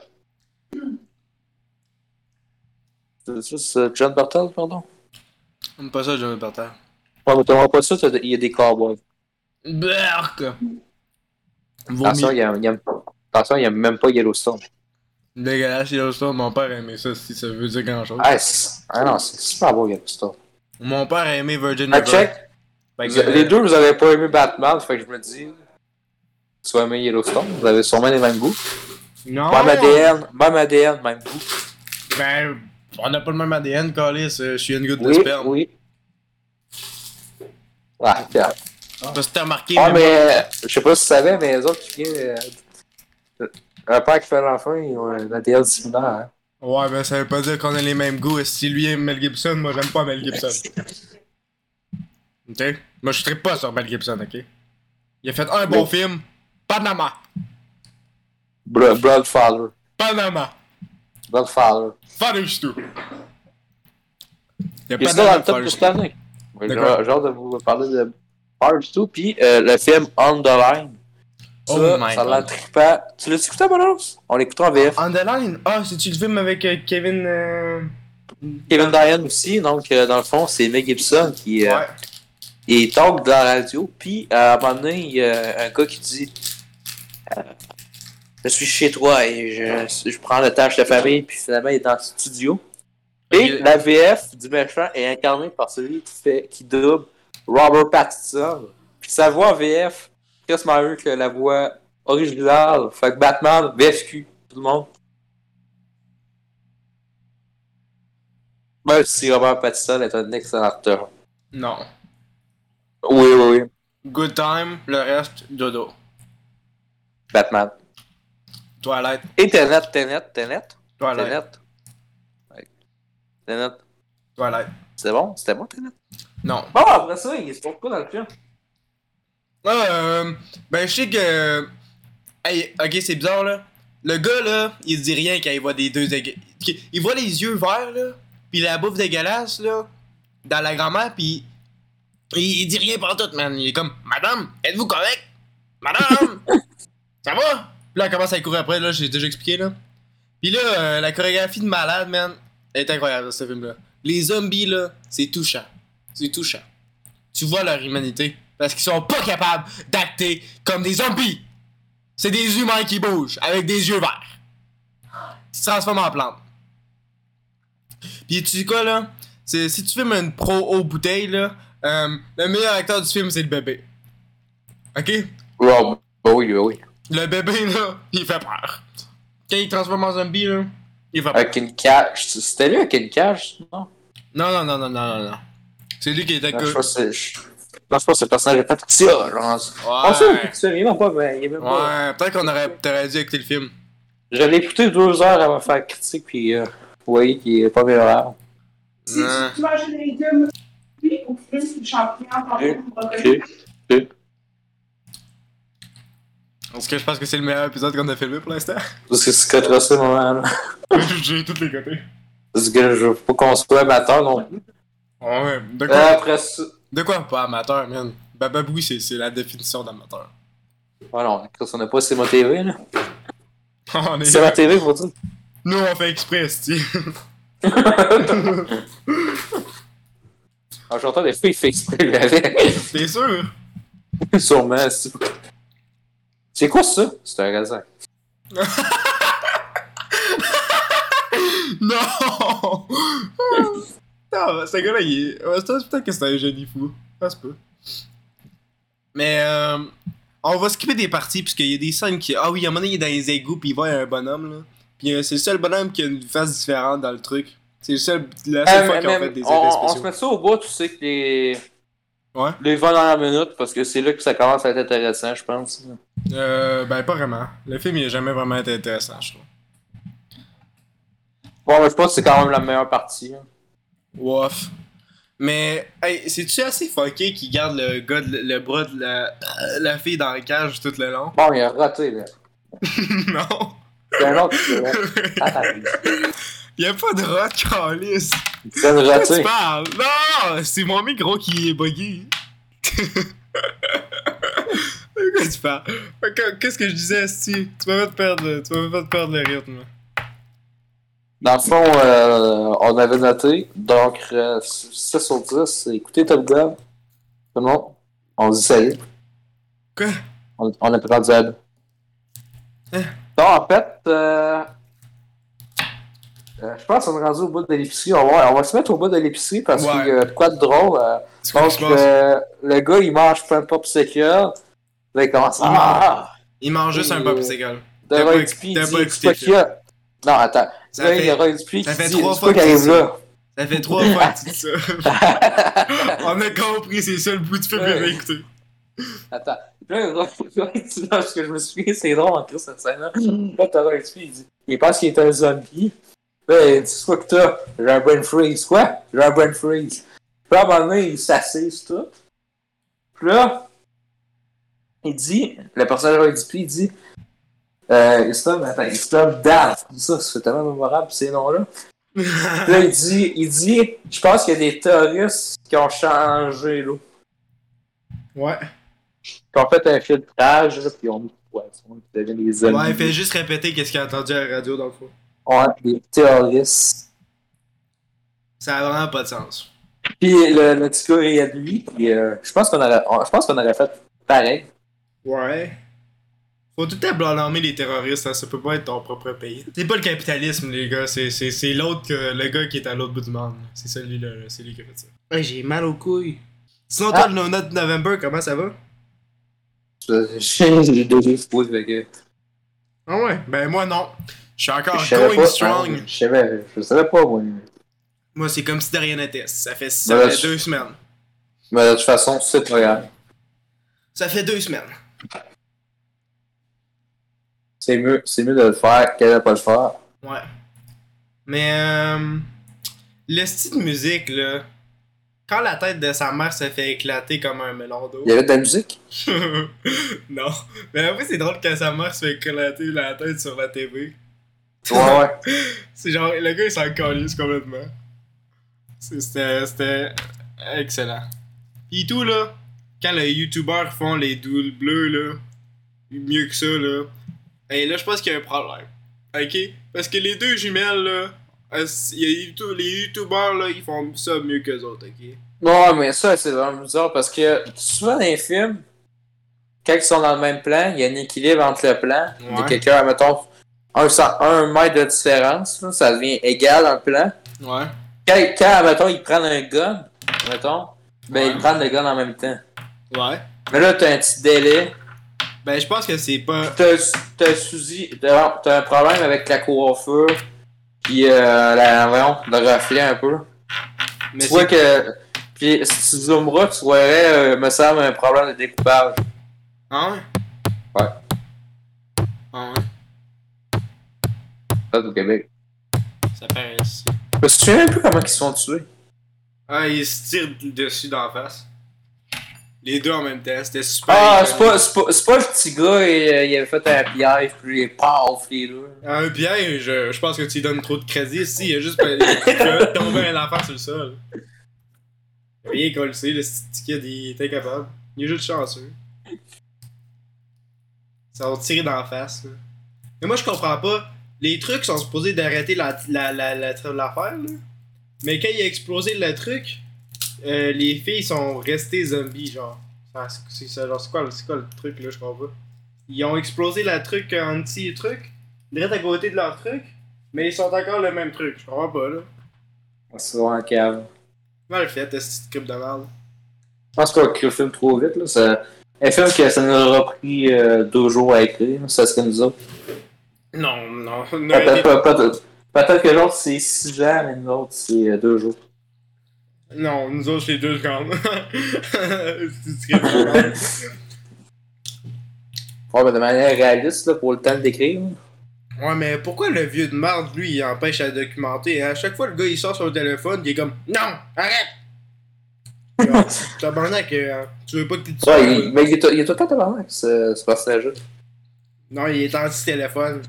[SPEAKER 2] C'est juste euh, John Bertal, pardon?
[SPEAKER 5] Aime pas ça, Johnny Parter.
[SPEAKER 2] Ouais, mais t'aimeras pas ça, t'as- il y a des cowboys.
[SPEAKER 5] Berk! Vomi.
[SPEAKER 2] Attention, il y a, il y a- attention, il y a même pas Yellowstone.
[SPEAKER 5] Dégueulasse, Yellowstone, mon père aimait ça, si ça veut dire grand-chose.
[SPEAKER 2] Ah, c'est- ah non, c'est super beau Yellowstone.
[SPEAKER 5] Mon père a aimé Virgin
[SPEAKER 2] Ah,
[SPEAKER 5] River.
[SPEAKER 2] check!
[SPEAKER 5] Fait que,
[SPEAKER 2] Vous- les deux, vous avez pas aimé Batman, fait que je me dis, tu vas aimer Yellowstone, vous avez sûrement les mêmes goûts.
[SPEAKER 5] Non!
[SPEAKER 2] Même ADN, même ADN, même goût.
[SPEAKER 5] Ben, on n'a pas le même ADN, Calis. euh, Je suis une goutte de
[SPEAKER 2] Oui,
[SPEAKER 5] sperme.
[SPEAKER 2] oui. Ah, tiens.
[SPEAKER 5] Parce que t'as remarqué,
[SPEAKER 2] Ah,
[SPEAKER 5] mais-
[SPEAKER 2] mais euh, je sais pas si tu savais, mais les autres qui viennent. euh, Un père qui fait l'enfant, ils ont un ADN similaire. hein.
[SPEAKER 5] Ouais, ben ça veut pas dire qu'on a les mêmes goûts. Si lui aime Mel Gibson, moi j'aime pas Mel Gibson. ok? Moi je trippe pas sur Mel Gibson, ok? Il a fait un bon
[SPEAKER 2] Oui.
[SPEAKER 5] film. Panama!
[SPEAKER 2] Bro- Bloodfather.
[SPEAKER 5] Panama!
[SPEAKER 2] Bloodfather.
[SPEAKER 5] Fathers too! Il y a
[SPEAKER 2] Il est dans le
[SPEAKER 5] Panama
[SPEAKER 2] top de
[SPEAKER 5] Fathers
[SPEAKER 2] cette année. Oui, J'ai
[SPEAKER 5] D'accord.
[SPEAKER 2] j'ai hâte de vous parler de Hard tout, puis euh, le film On the Line.
[SPEAKER 5] Oh
[SPEAKER 2] ça,
[SPEAKER 5] my
[SPEAKER 2] ça
[SPEAKER 5] God.
[SPEAKER 2] a l'air trippant. Tu l'as écouté, Bonheur? On l'écoutera en VF.
[SPEAKER 5] On the Line? Ah, c'est-tu le film avec euh, Kevin. euh,
[SPEAKER 2] Kevin Diane aussi, donc euh, dans le fond, c'est Meg Gibson qui euh,
[SPEAKER 5] Ouais.
[SPEAKER 2] il talk dans la radio, puis euh, à un moment donné, il y a un gars qui dit euh, Je suis chez toi et je, je prends le tâche de famille, puis finalement, il est dans le studio. Et
[SPEAKER 5] Ok.
[SPEAKER 2] la VF du méchant est incarnée par celui qui, fait, qui double Robert Pattinson. Puis sa voix en VF, Chris mieux que la voix originale. Fait que Batman, VFQ, tout le monde. Même si Robert Pattinson est un excellent acteur.
[SPEAKER 5] Non.
[SPEAKER 2] Oui, oui, oui.
[SPEAKER 5] Good Time, le reste, dodo.
[SPEAKER 2] Batman.
[SPEAKER 5] Twilight,
[SPEAKER 2] Et Tenet, Tenet, Tenet.
[SPEAKER 5] Twilight,
[SPEAKER 2] Tenet. Ouais. Tenet.
[SPEAKER 5] Twilight.
[SPEAKER 2] C'est bon? C'était bon, Tenet?
[SPEAKER 5] Non.
[SPEAKER 2] Bon, après ça, il se trouve quoi dans le film?
[SPEAKER 5] Ah, euh, ben, je sais que. Hey, ok, c'est bizarre, là. Le gars, là, il se dit rien quand il voit des deux. dégue- Il voit les yeux verts, là, pis la bouffe dégueulasse, là, dans la grand-mère, pis. Il, il dit rien pour tout, man. Il est comme, Madame, êtes-vous correct? Madame! ça va? Pis là, elle commence à courir après, là, j'ai déjà expliqué, là. Pis là, euh, la chorégraphie de malade, man, elle est incroyable, ce film-là. Les zombies, là, c'est touchant. C'est touchant tu vois leur humanité. Parce qu'ils sont pas capables d'acter comme des zombies. C'est des humains qui bougent avec des yeux verts. Ils se transforment en plantes. Puis tu sais quoi là? C'est, si tu filmes une pro haute bouteille là, euh, le meilleur acteur du film c'est le bébé. Ok?
[SPEAKER 2] Wow, bah oui, bah oui.
[SPEAKER 5] Le bébé là, il fait peur. Quand il transforme en zombie là, il fait peur.
[SPEAKER 2] Avec une cage. C'était lui avec une cage, non?
[SPEAKER 5] Non, non, non, non, non, non, non. C'est lui qui était
[SPEAKER 2] Non, Ah, je
[SPEAKER 5] que.
[SPEAKER 2] pense que c'est- je pense pas que ce personnage est pas tout ça. Genre. On sait où
[SPEAKER 5] Ouais.
[SPEAKER 2] tu sais, Ah, il est même pas. mais Il est même pas...
[SPEAKER 5] Ouais, peut-être qu'on aurait, t'aurais dû écouter le film.
[SPEAKER 2] Je l'ai écouté deux heures avant de faire critique, puis euh, vous voyez qu'il est pas meilleur.
[SPEAKER 7] Si
[SPEAKER 5] Ouais.
[SPEAKER 7] tu manges des légumes, oui, ou plus du champignon, par
[SPEAKER 2] Ok.
[SPEAKER 7] contre,
[SPEAKER 2] Ok.
[SPEAKER 7] brocoli.
[SPEAKER 5] Parce que je pense que c'est le meilleur épisode qu'on a filmé pour l'instant.
[SPEAKER 2] Parce que c'est Scott Russell, moment là.
[SPEAKER 5] J'ai tous les côtés.
[SPEAKER 2] Parce que je veux pas qu'on soit amateur non plus.
[SPEAKER 5] Ouais, de quoi,
[SPEAKER 2] Après ça.
[SPEAKER 5] de quoi pas amateur, man? Bababoui, c'est c'est la définition d'amateur.
[SPEAKER 2] Voilà, on Chris, on n'a pas C'est ma TV, là.
[SPEAKER 5] On est-
[SPEAKER 2] C'est ma TV, faut dire.
[SPEAKER 5] Nous, on fait exprès, tu
[SPEAKER 2] Ah, J'entends des filles Facebook avec.
[SPEAKER 5] T'es sûr?
[SPEAKER 2] Sûrement, c'est- C'est quoi ça? C'est un raisin.
[SPEAKER 5] Non! non, ce gars-là, il est... ouais, c'est- Peut-être que c'est un génie fou. Ça se peut. Mais, euh, on va skipper des parties, puisqu'il y a des scènes qui... Ah oui, à un moment donné, il est dans les égouts, puis il voit un bonhomme, là. Puis euh, c'est le seul bonhomme qui a une face différente dans le truc. Ah, C'est le seul... la seule fois qu'ils ont fait des
[SPEAKER 2] Euh, on,
[SPEAKER 5] effets
[SPEAKER 2] on se
[SPEAKER 5] spéciaux.
[SPEAKER 2] met ça au bout, tu sais que les.
[SPEAKER 5] Ouais.
[SPEAKER 2] Les 20 dernières minutes, parce que c'est là que ça commence à être intéressant, je pense.
[SPEAKER 5] Euh, ben pas vraiment. Le film il a jamais vraiment été intéressant, je trouve.
[SPEAKER 2] Bon, mais je pense que c'est quand même la meilleure partie. hein.
[SPEAKER 5] Wouf. Mais, hey, c'est-tu assez fucké qu'il garde le gars, de- le bras de la, la fille dans la cage tout le long?
[SPEAKER 2] Bon, il a raté, là.
[SPEAKER 5] non!
[SPEAKER 2] C'est un autre. qui l'a- Attends,
[SPEAKER 5] Il y a pas de rat calice!
[SPEAKER 2] C'est un
[SPEAKER 5] Quoi tu
[SPEAKER 2] raté.
[SPEAKER 5] parles? Non! C'est mon micro qui est buggé! De quoi tu parles? Qu'est-ce que je disais, Asti? Tu m'as fait perdre, tu m'as fait perdre le rythme.
[SPEAKER 2] Dans le fond, euh, on avait noté, donc euh, 6 sur 10, c'est écoutez Top Gun. Tout le monde, on se dit salut.
[SPEAKER 5] Quoi?
[SPEAKER 2] On, on a perdu Z.
[SPEAKER 5] Hein?
[SPEAKER 2] Donc, en fait, euh, euh, je pense qu'on est rendu au bout de l'épicerie. On va, on va se mettre au bout de l'épicerie parce
[SPEAKER 5] Ouais.
[SPEAKER 2] qu'il y a de quoi de drôle. euh,
[SPEAKER 5] C'est quoi qui
[SPEAKER 2] donc,
[SPEAKER 5] se passe?
[SPEAKER 2] euh, le gars, il mange plein de popsicles. Là, il commence
[SPEAKER 5] Il
[SPEAKER 2] ah,
[SPEAKER 5] Il mange juste un
[SPEAKER 2] euh,
[SPEAKER 5] popsicle.
[SPEAKER 2] de
[SPEAKER 5] T'as pas-
[SPEAKER 2] Roy Dupuis, il
[SPEAKER 5] t'as
[SPEAKER 2] dit,
[SPEAKER 5] pas
[SPEAKER 2] C'est
[SPEAKER 5] écouté
[SPEAKER 2] pas
[SPEAKER 5] le
[SPEAKER 2] qu'il y a. Non, attends.
[SPEAKER 5] Ça
[SPEAKER 2] Là, il y
[SPEAKER 5] fait-
[SPEAKER 2] a Roy Dupuis
[SPEAKER 5] ça
[SPEAKER 2] qui
[SPEAKER 5] fait
[SPEAKER 2] dit,
[SPEAKER 5] trois
[SPEAKER 2] c'est
[SPEAKER 5] fois
[SPEAKER 2] quoi qui
[SPEAKER 5] que tu
[SPEAKER 2] arrive
[SPEAKER 5] dis
[SPEAKER 2] là?
[SPEAKER 5] Ça fait trois fois que tu dis ça. On a compris, c'est ça le bout de film qu'on a
[SPEAKER 2] Ouais.
[SPEAKER 5] écouté.
[SPEAKER 2] Attends. Puis Là, Roy- Roy Dupuis, non, ce que je me souviens, c'est drôle en Chris cette scène-là. Là, t'as Roy Dupuis, il dit Il pense qu'il est un zombie. Là, il dit C'est quoi que t'as J'ai un brain freeze. Quoi J'ai un brain freeze. Puis là, à un moment donné, il s'assise tout. Puis là, il dit Le personnage de Roy Dupuis, il dit euh, il se nomme, attends, il se nomme Dan. Ça, c'est tellement mémorable ces noms-là. Puis là, il dit, il dit, je pense qu'il y a des terroristes qui ont changé l'eau.
[SPEAKER 5] Ouais.
[SPEAKER 2] qui ont fait un filtrage, là, puis on mis du poisson, puis ils deviennent des
[SPEAKER 5] Ouais, il
[SPEAKER 2] ennemis.
[SPEAKER 5] fait juste répéter qu'est-ce qu'il a entendu à la radio dans le fond.
[SPEAKER 2] Ouais, puis les terroristes.
[SPEAKER 5] Ça a vraiment pas de sens.
[SPEAKER 2] Puis le, le petit gars est à lui, puis euh, je pense qu'on aurait, on- je pense qu'on aurait fait pareil.
[SPEAKER 5] Ouais. Faut tout le temps blâmer les terroristes, hein, ça peut pas être ton propre pays. C'est pas le capitalisme, les gars, c'est, c'est, c'est l'autre que, le gars qui est à l'autre bout du monde. là. C'est celui-là, là, c'est lui qui a fait ça. Ouais, j'ai mal aux couilles. Sinon, toi,
[SPEAKER 2] Ah.
[SPEAKER 5] le Nona de November, comment ça va?
[SPEAKER 2] Je- J'ai j'ai déjà fou avec eux.
[SPEAKER 5] Ah ouais? Ben moi, non. Je suis encore
[SPEAKER 2] Je savais
[SPEAKER 5] going
[SPEAKER 2] pas.
[SPEAKER 5] strong.
[SPEAKER 2] hein, je savais, je savais pas, moi.
[SPEAKER 5] Moi, c'est comme si de rien n'était. Ça fait, ça
[SPEAKER 2] Ben là,
[SPEAKER 5] fait
[SPEAKER 2] je-
[SPEAKER 5] deux semaines.
[SPEAKER 2] Mais de toute façon, c'est pas grave.
[SPEAKER 5] Ça fait deux semaines.
[SPEAKER 2] C'est mieux, c'est mieux de le faire qu'elle de pas le faire.
[SPEAKER 5] Ouais. Mais euh, le style de musique, là, Quand la tête de sa mère se fait éclater comme un melon d'eau.
[SPEAKER 2] Il y avait de la musique?
[SPEAKER 5] non. Mais après, c'est drôle quand sa mère se fait éclater la tête sur la TV.
[SPEAKER 2] Ouais, ouais.
[SPEAKER 5] C'est genre, le gars, il s'en calisse complètement. C'est- C'était c'était excellent. Et tout, là, quand les youtubeurs font les doubles bleus, là, mieux que ça, là, et là, je pense qu'il y a un problème. Ok? Parce que les deux jumelles, là, elles- il y a YouTube- les youtubeurs, là, ils font ça mieux que les autres, ok?
[SPEAKER 2] Ouais, mais ça, c'est vraiment bizarre parce que souvent dans les films, quand ils sont dans le même plan, il y a un équilibre entre le plan
[SPEAKER 5] Ouais.
[SPEAKER 2] de quelqu'un, mettons, un, cent- un mètre de différence, là, ça devient égal dans le plan.
[SPEAKER 5] Ouais.
[SPEAKER 2] Quand, quand mettons, ils prennent un gun, mettons, ben
[SPEAKER 5] Ouais.
[SPEAKER 2] ils prennent le gun en même temps.
[SPEAKER 5] Ouais.
[SPEAKER 2] Mais là, t'as un petit délai,
[SPEAKER 5] Ben, je pense que c'est pas.
[SPEAKER 2] t'as t'as un souci- t'as t'as un problème avec la cour au feu, puis euh, la, voyons, le reflet un peu.
[SPEAKER 5] Mais
[SPEAKER 2] tu vois
[SPEAKER 5] c'est-
[SPEAKER 2] que. Puis si tu zoomeras, tu verrais, euh, me semble, un problème de découpage.
[SPEAKER 5] Ah ouais?
[SPEAKER 2] Ouais.
[SPEAKER 5] Ah ouais.
[SPEAKER 2] Pas au Québec.
[SPEAKER 5] Ça paraît ici.
[SPEAKER 2] Je me souviens même plus comment ils se sont tués.
[SPEAKER 5] Ah, ils se tirent dessus d'en face. Les deux en même temps, c'était super.
[SPEAKER 2] Ah,
[SPEAKER 5] iconique.
[SPEAKER 2] c'est pas, c'est pas, c'est pas le petit gars, il, euh, il avait fait un piège, puis paf, les deux.
[SPEAKER 5] Un piège, je, je pense que tu lui donnes trop de crédit. Si, il a juste pas- il a tombé un enfant sur le sol. Rien qu'on le sait, le petit kid, il est incapable. Il est juste chanceux. Ça va tirer d'en face. là. Mais moi, je comprends pas. Les trucs sont supposés d'arrêter la, la, la, la, l'affaire, là. Mais quand il a explosé le truc, euh, les filles sont restées zombies, genre. Ah, c'est- C'est ça, genre, c'est quoi, le- c'est quoi le truc, là, je comprends pas. Ils ont explosé la truc en petit truc direct à côté de leur truc, mais ils sont encore le même truc. Je comprends pas, là.
[SPEAKER 2] C'est vraiment cave.
[SPEAKER 5] Mal fait, cette petite clip de merde.
[SPEAKER 2] Je pense qu'on a écrit le film trop vite, là. Ça... Un film que ça nous aura pris euh, deux jours à écrire, ça serait nous autres.
[SPEAKER 5] Non, non,
[SPEAKER 2] Peut-être
[SPEAKER 5] Noël
[SPEAKER 2] peut peut-être que l'autre c'est six ans, mais nous autres c'est euh, deux jours.
[SPEAKER 5] est- Non, nous autres, les deux secondes. Petite clip de merde.
[SPEAKER 2] Ouais, mais de manière réaliste, là, pour le temps d'écrire.
[SPEAKER 5] Ouais, mais pourquoi le vieux de merde, lui, il empêche à documenter? hein? À chaque fois, le gars, il sort sur le téléphone, il est comme « Non! Arrête! » Genre, Tabarnak, euh, tu veux pas que tu te
[SPEAKER 2] Ouais, il- mais il est, tout- il est tout le temps tabarnak, ce, ce personnage-là.
[SPEAKER 5] Non, il est anti-téléphone.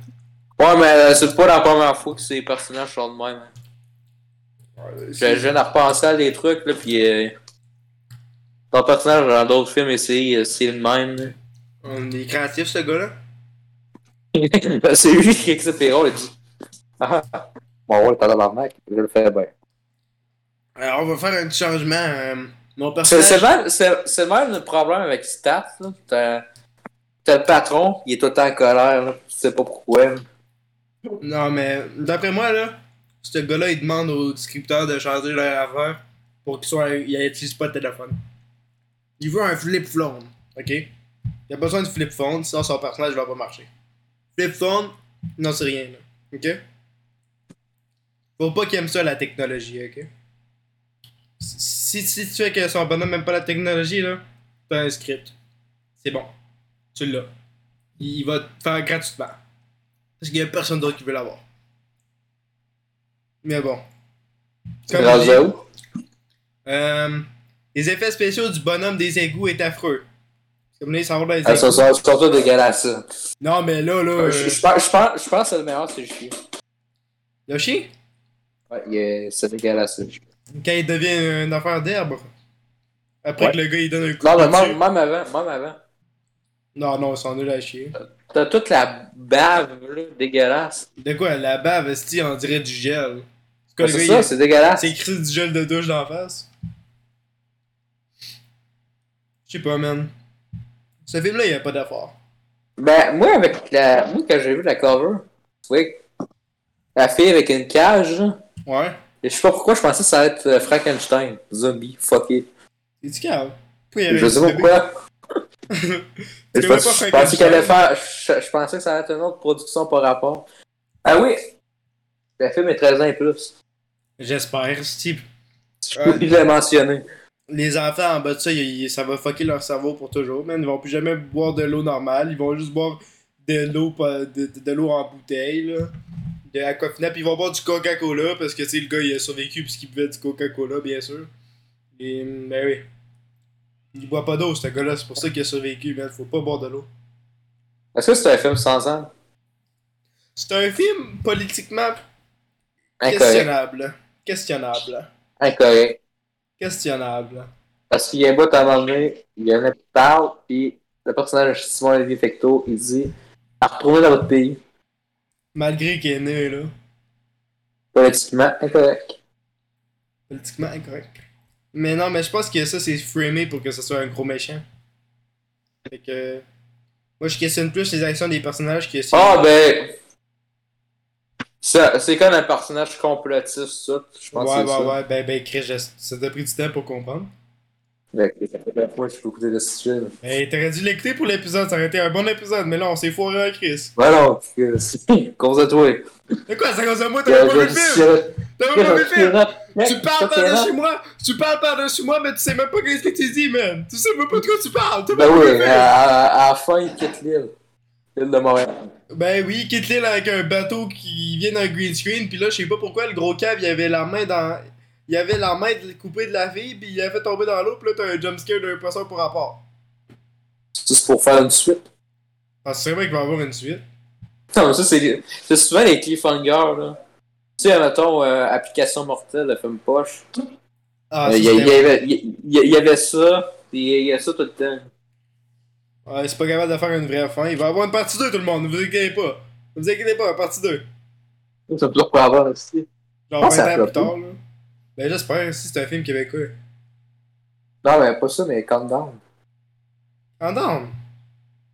[SPEAKER 2] Ouais, mais euh, c'est pas la première fois que ces personnages sont de même. hein. Je je
[SPEAKER 5] C'est-
[SPEAKER 2] viens de repenser à des trucs, là, pis. Euh, ton personnage dans d'autres films, et c'est euh, c'est le même. là.
[SPEAKER 5] On est créatif, ce gars-là.
[SPEAKER 2] Ben, c'est lui qui accepte les rôles, il dit. Ah, ah, mon rôle est en tabarnak, je le fais bien.
[SPEAKER 5] Alors, on va faire un petit changement. euh, mon
[SPEAKER 2] C'est
[SPEAKER 5] personnage...
[SPEAKER 2] c'est même, c'est- c'est même le problème avec Stat, là. T'as t'as le patron, il est tout le temps en colère, là. Tu sais pas pourquoi. là.
[SPEAKER 5] Non, mais d'après moi, là, ce gars-là, il demande aux scripteurs de changer leur affaire pour qu'ils soient, ils n'utilisent pas de téléphone. Il veut un flip phone, ok? Il a besoin de flip phone, sinon son personnage va pas marcher. Flip phone, non, c'est rien, là, ok? Faut pas qu'il aime ça, la technologie, ok? Si, si tu fais que son bonhomme n'aime pas la technologie, là, t'as un script. C'est bon. Tu l'as. Il il va te faire gratuitement. Parce qu'il n'y a personne d'autre qui veut l'avoir. Mais bon. Comme
[SPEAKER 2] Grâce
[SPEAKER 5] je
[SPEAKER 2] à
[SPEAKER 5] dis,
[SPEAKER 2] où?
[SPEAKER 5] euh, les effets spéciaux du bonhomme des égouts est affreux. C'est comme là, ils s'en vont dans les
[SPEAKER 2] Ah, ça,
[SPEAKER 5] égouts.
[SPEAKER 2] ça, c'est surtout dégueulasse. ça.
[SPEAKER 5] Non, mais là, là.
[SPEAKER 2] Je
[SPEAKER 5] euh,
[SPEAKER 2] je pense je pense- je pense que le meilleur, c'est le chien.
[SPEAKER 5] Le chien,
[SPEAKER 2] Ouais, il est- c'est dégueulasse, le chien.
[SPEAKER 5] quand il devient une affaire d'herbe. Après
[SPEAKER 2] Ouais.
[SPEAKER 5] que le gars, il donne un coup
[SPEAKER 2] Non,
[SPEAKER 5] de
[SPEAKER 2] mais
[SPEAKER 5] dessus.
[SPEAKER 2] même, même avant, même avant.
[SPEAKER 5] Non, non, ils sont nuls à chier.
[SPEAKER 2] T'as toute la bave, là, dégueulasse.
[SPEAKER 5] De quoi, la bave, esti, on dirait du gel. C'est quoi,
[SPEAKER 2] Ah, C'est
[SPEAKER 5] le gars,
[SPEAKER 2] ça,
[SPEAKER 5] il-
[SPEAKER 2] c'est dégueulasse.
[SPEAKER 5] c'est écrit du gel de douche d'en face? Je sais pas, man. Ce film-là, il n'y a pas d'effort.
[SPEAKER 2] Ben, moi, avec la. Moi, quand j'ai vu la cover, tu vois, la fille avec une cage, là,
[SPEAKER 5] Ouais.
[SPEAKER 2] et je sais pas pourquoi, je pensais que ça allait être euh, Frankenstein, zombie, fuck it.
[SPEAKER 5] C'est-tu calme? Pourquoi il y avait
[SPEAKER 2] Je
[SPEAKER 5] un
[SPEAKER 2] sais
[SPEAKER 5] petit bébé?
[SPEAKER 2] pas pourquoi.
[SPEAKER 5] Tu
[SPEAKER 2] Je
[SPEAKER 5] connais
[SPEAKER 2] pensais,
[SPEAKER 5] pas
[SPEAKER 2] je pensais qu'elle allait
[SPEAKER 5] Frankenstein?
[SPEAKER 2] faire. Je, je pensais que ça allait être une autre production par rapport. Ah oui! La film est 13 ans et plus.
[SPEAKER 5] J'espère, Steve.
[SPEAKER 2] Je peux
[SPEAKER 5] Ouais.
[SPEAKER 2] plus la mentionner.
[SPEAKER 5] Les enfants en bas de ça, ils- ils- ça va fucker leur cerveau pour toujours, man. Ils vont plus jamais boire de l'eau normale. Ils vont juste boire de l'eau pas- de, de- de l'eau en bouteille, là. De Aquafina. Puis ils vont boire du Coca-Cola parce que, tu sais, le gars, il a survécu puisqu'il buvait du Coca-Cola, bien sûr. Et, ben oui. Il boit pas d'eau, ce gars-là. C'est pour ça qu'il a survécu, man. Faut pas boire de l'eau.
[SPEAKER 2] Est-ce que c'est un film sans âme?
[SPEAKER 5] C'est un film politiquement
[SPEAKER 2] Incorrect.
[SPEAKER 5] questionnable. Questionnable.
[SPEAKER 2] Incorrect.
[SPEAKER 5] Questionnable.
[SPEAKER 2] Parce qu'il y a un bout à un moment donné, il y en a qui parle, puis le personnage de Simon Olivier Fecto, il dit à retrouver dans votre pays.
[SPEAKER 5] Malgré qu'il est né, là.
[SPEAKER 2] Politiquement incorrect.
[SPEAKER 5] Politiquement incorrect. Mais non, mais je pense que ça, c'est framé pour que ce soit un gros méchant. Fait que. Moi, je questionne plus les actions des personnages que.
[SPEAKER 2] Ah, ben. ça, C'est comme un personnage complotiste, ça. Je pense
[SPEAKER 5] Ouais,
[SPEAKER 2] que c'est
[SPEAKER 5] ouais, ouais. Ben, ben, Chris, je- ça t'a pris du temps pour comprendre.
[SPEAKER 2] ça. Ouais, ouais. Moi, je peux écouter le sujet.
[SPEAKER 5] Hey, Ben, t'aurais dû l'écouter pour l'épisode, ça aurait été un bon épisode, mais là, on s'est foiré en Chris.
[SPEAKER 2] Ouais, non, parce que c'est cause de toi.
[SPEAKER 5] De quoi, ça cause de moi,
[SPEAKER 2] Il y a
[SPEAKER 5] t'as
[SPEAKER 2] un
[SPEAKER 5] pas vu
[SPEAKER 2] jeu
[SPEAKER 5] le film? T'as pas vu le film? Tu parles
[SPEAKER 2] de
[SPEAKER 5] par-dessus moi! Tu parles par-dessus moi, mais tu sais même pas qu'est-ce que tu dis, man! Tu sais même pas de quoi tu parles! T'as pas
[SPEAKER 2] Ben
[SPEAKER 5] vu le
[SPEAKER 2] oui,
[SPEAKER 5] film?
[SPEAKER 2] à, à, à la fin, il quitte l'île. L'île de Montréal.
[SPEAKER 5] Ben oui, quitte l'île avec un bateau qui vient d'un green screen, puis là, je sais pas pourquoi le gros cave, il avait la main dans. Il avait la main de- coupée de la fille, puis il a fait tomber dans l'eau, puis là, t'as un jumpscare d'un poisson pour rapport.
[SPEAKER 2] C'est pour faire une suite.
[SPEAKER 5] Parce que Ah, c'est vrai qu'il va y avoir une suite.
[SPEAKER 2] Non, mais ça, c'est c'est souvent les cliffhangers, là. Tu sais, mettons, euh, Application Mortelle, le film poche.
[SPEAKER 5] Ah,
[SPEAKER 2] Euh,
[SPEAKER 5] ça,
[SPEAKER 2] Il y, a-
[SPEAKER 5] c'était-
[SPEAKER 2] il y avait- il y a- il y avait ça, pis il y a ça tout le temps.
[SPEAKER 5] Ouais, c'est pas capable de faire une vraie fin. Il va y avoir une partie 2, tout le monde, ne vous inquiétez pas. Ne vous inquiétez pas, partie 2.
[SPEAKER 2] Ça peut toujours pas avoir aussi.
[SPEAKER 5] Genre
[SPEAKER 2] Ah, ça
[SPEAKER 5] 20
[SPEAKER 2] a
[SPEAKER 5] ans plus
[SPEAKER 2] flopé.
[SPEAKER 5] tard, là. Ben j'espère, si c'est un film québécois.
[SPEAKER 2] Non, mais pas ça, mais Countdown.
[SPEAKER 5] En down!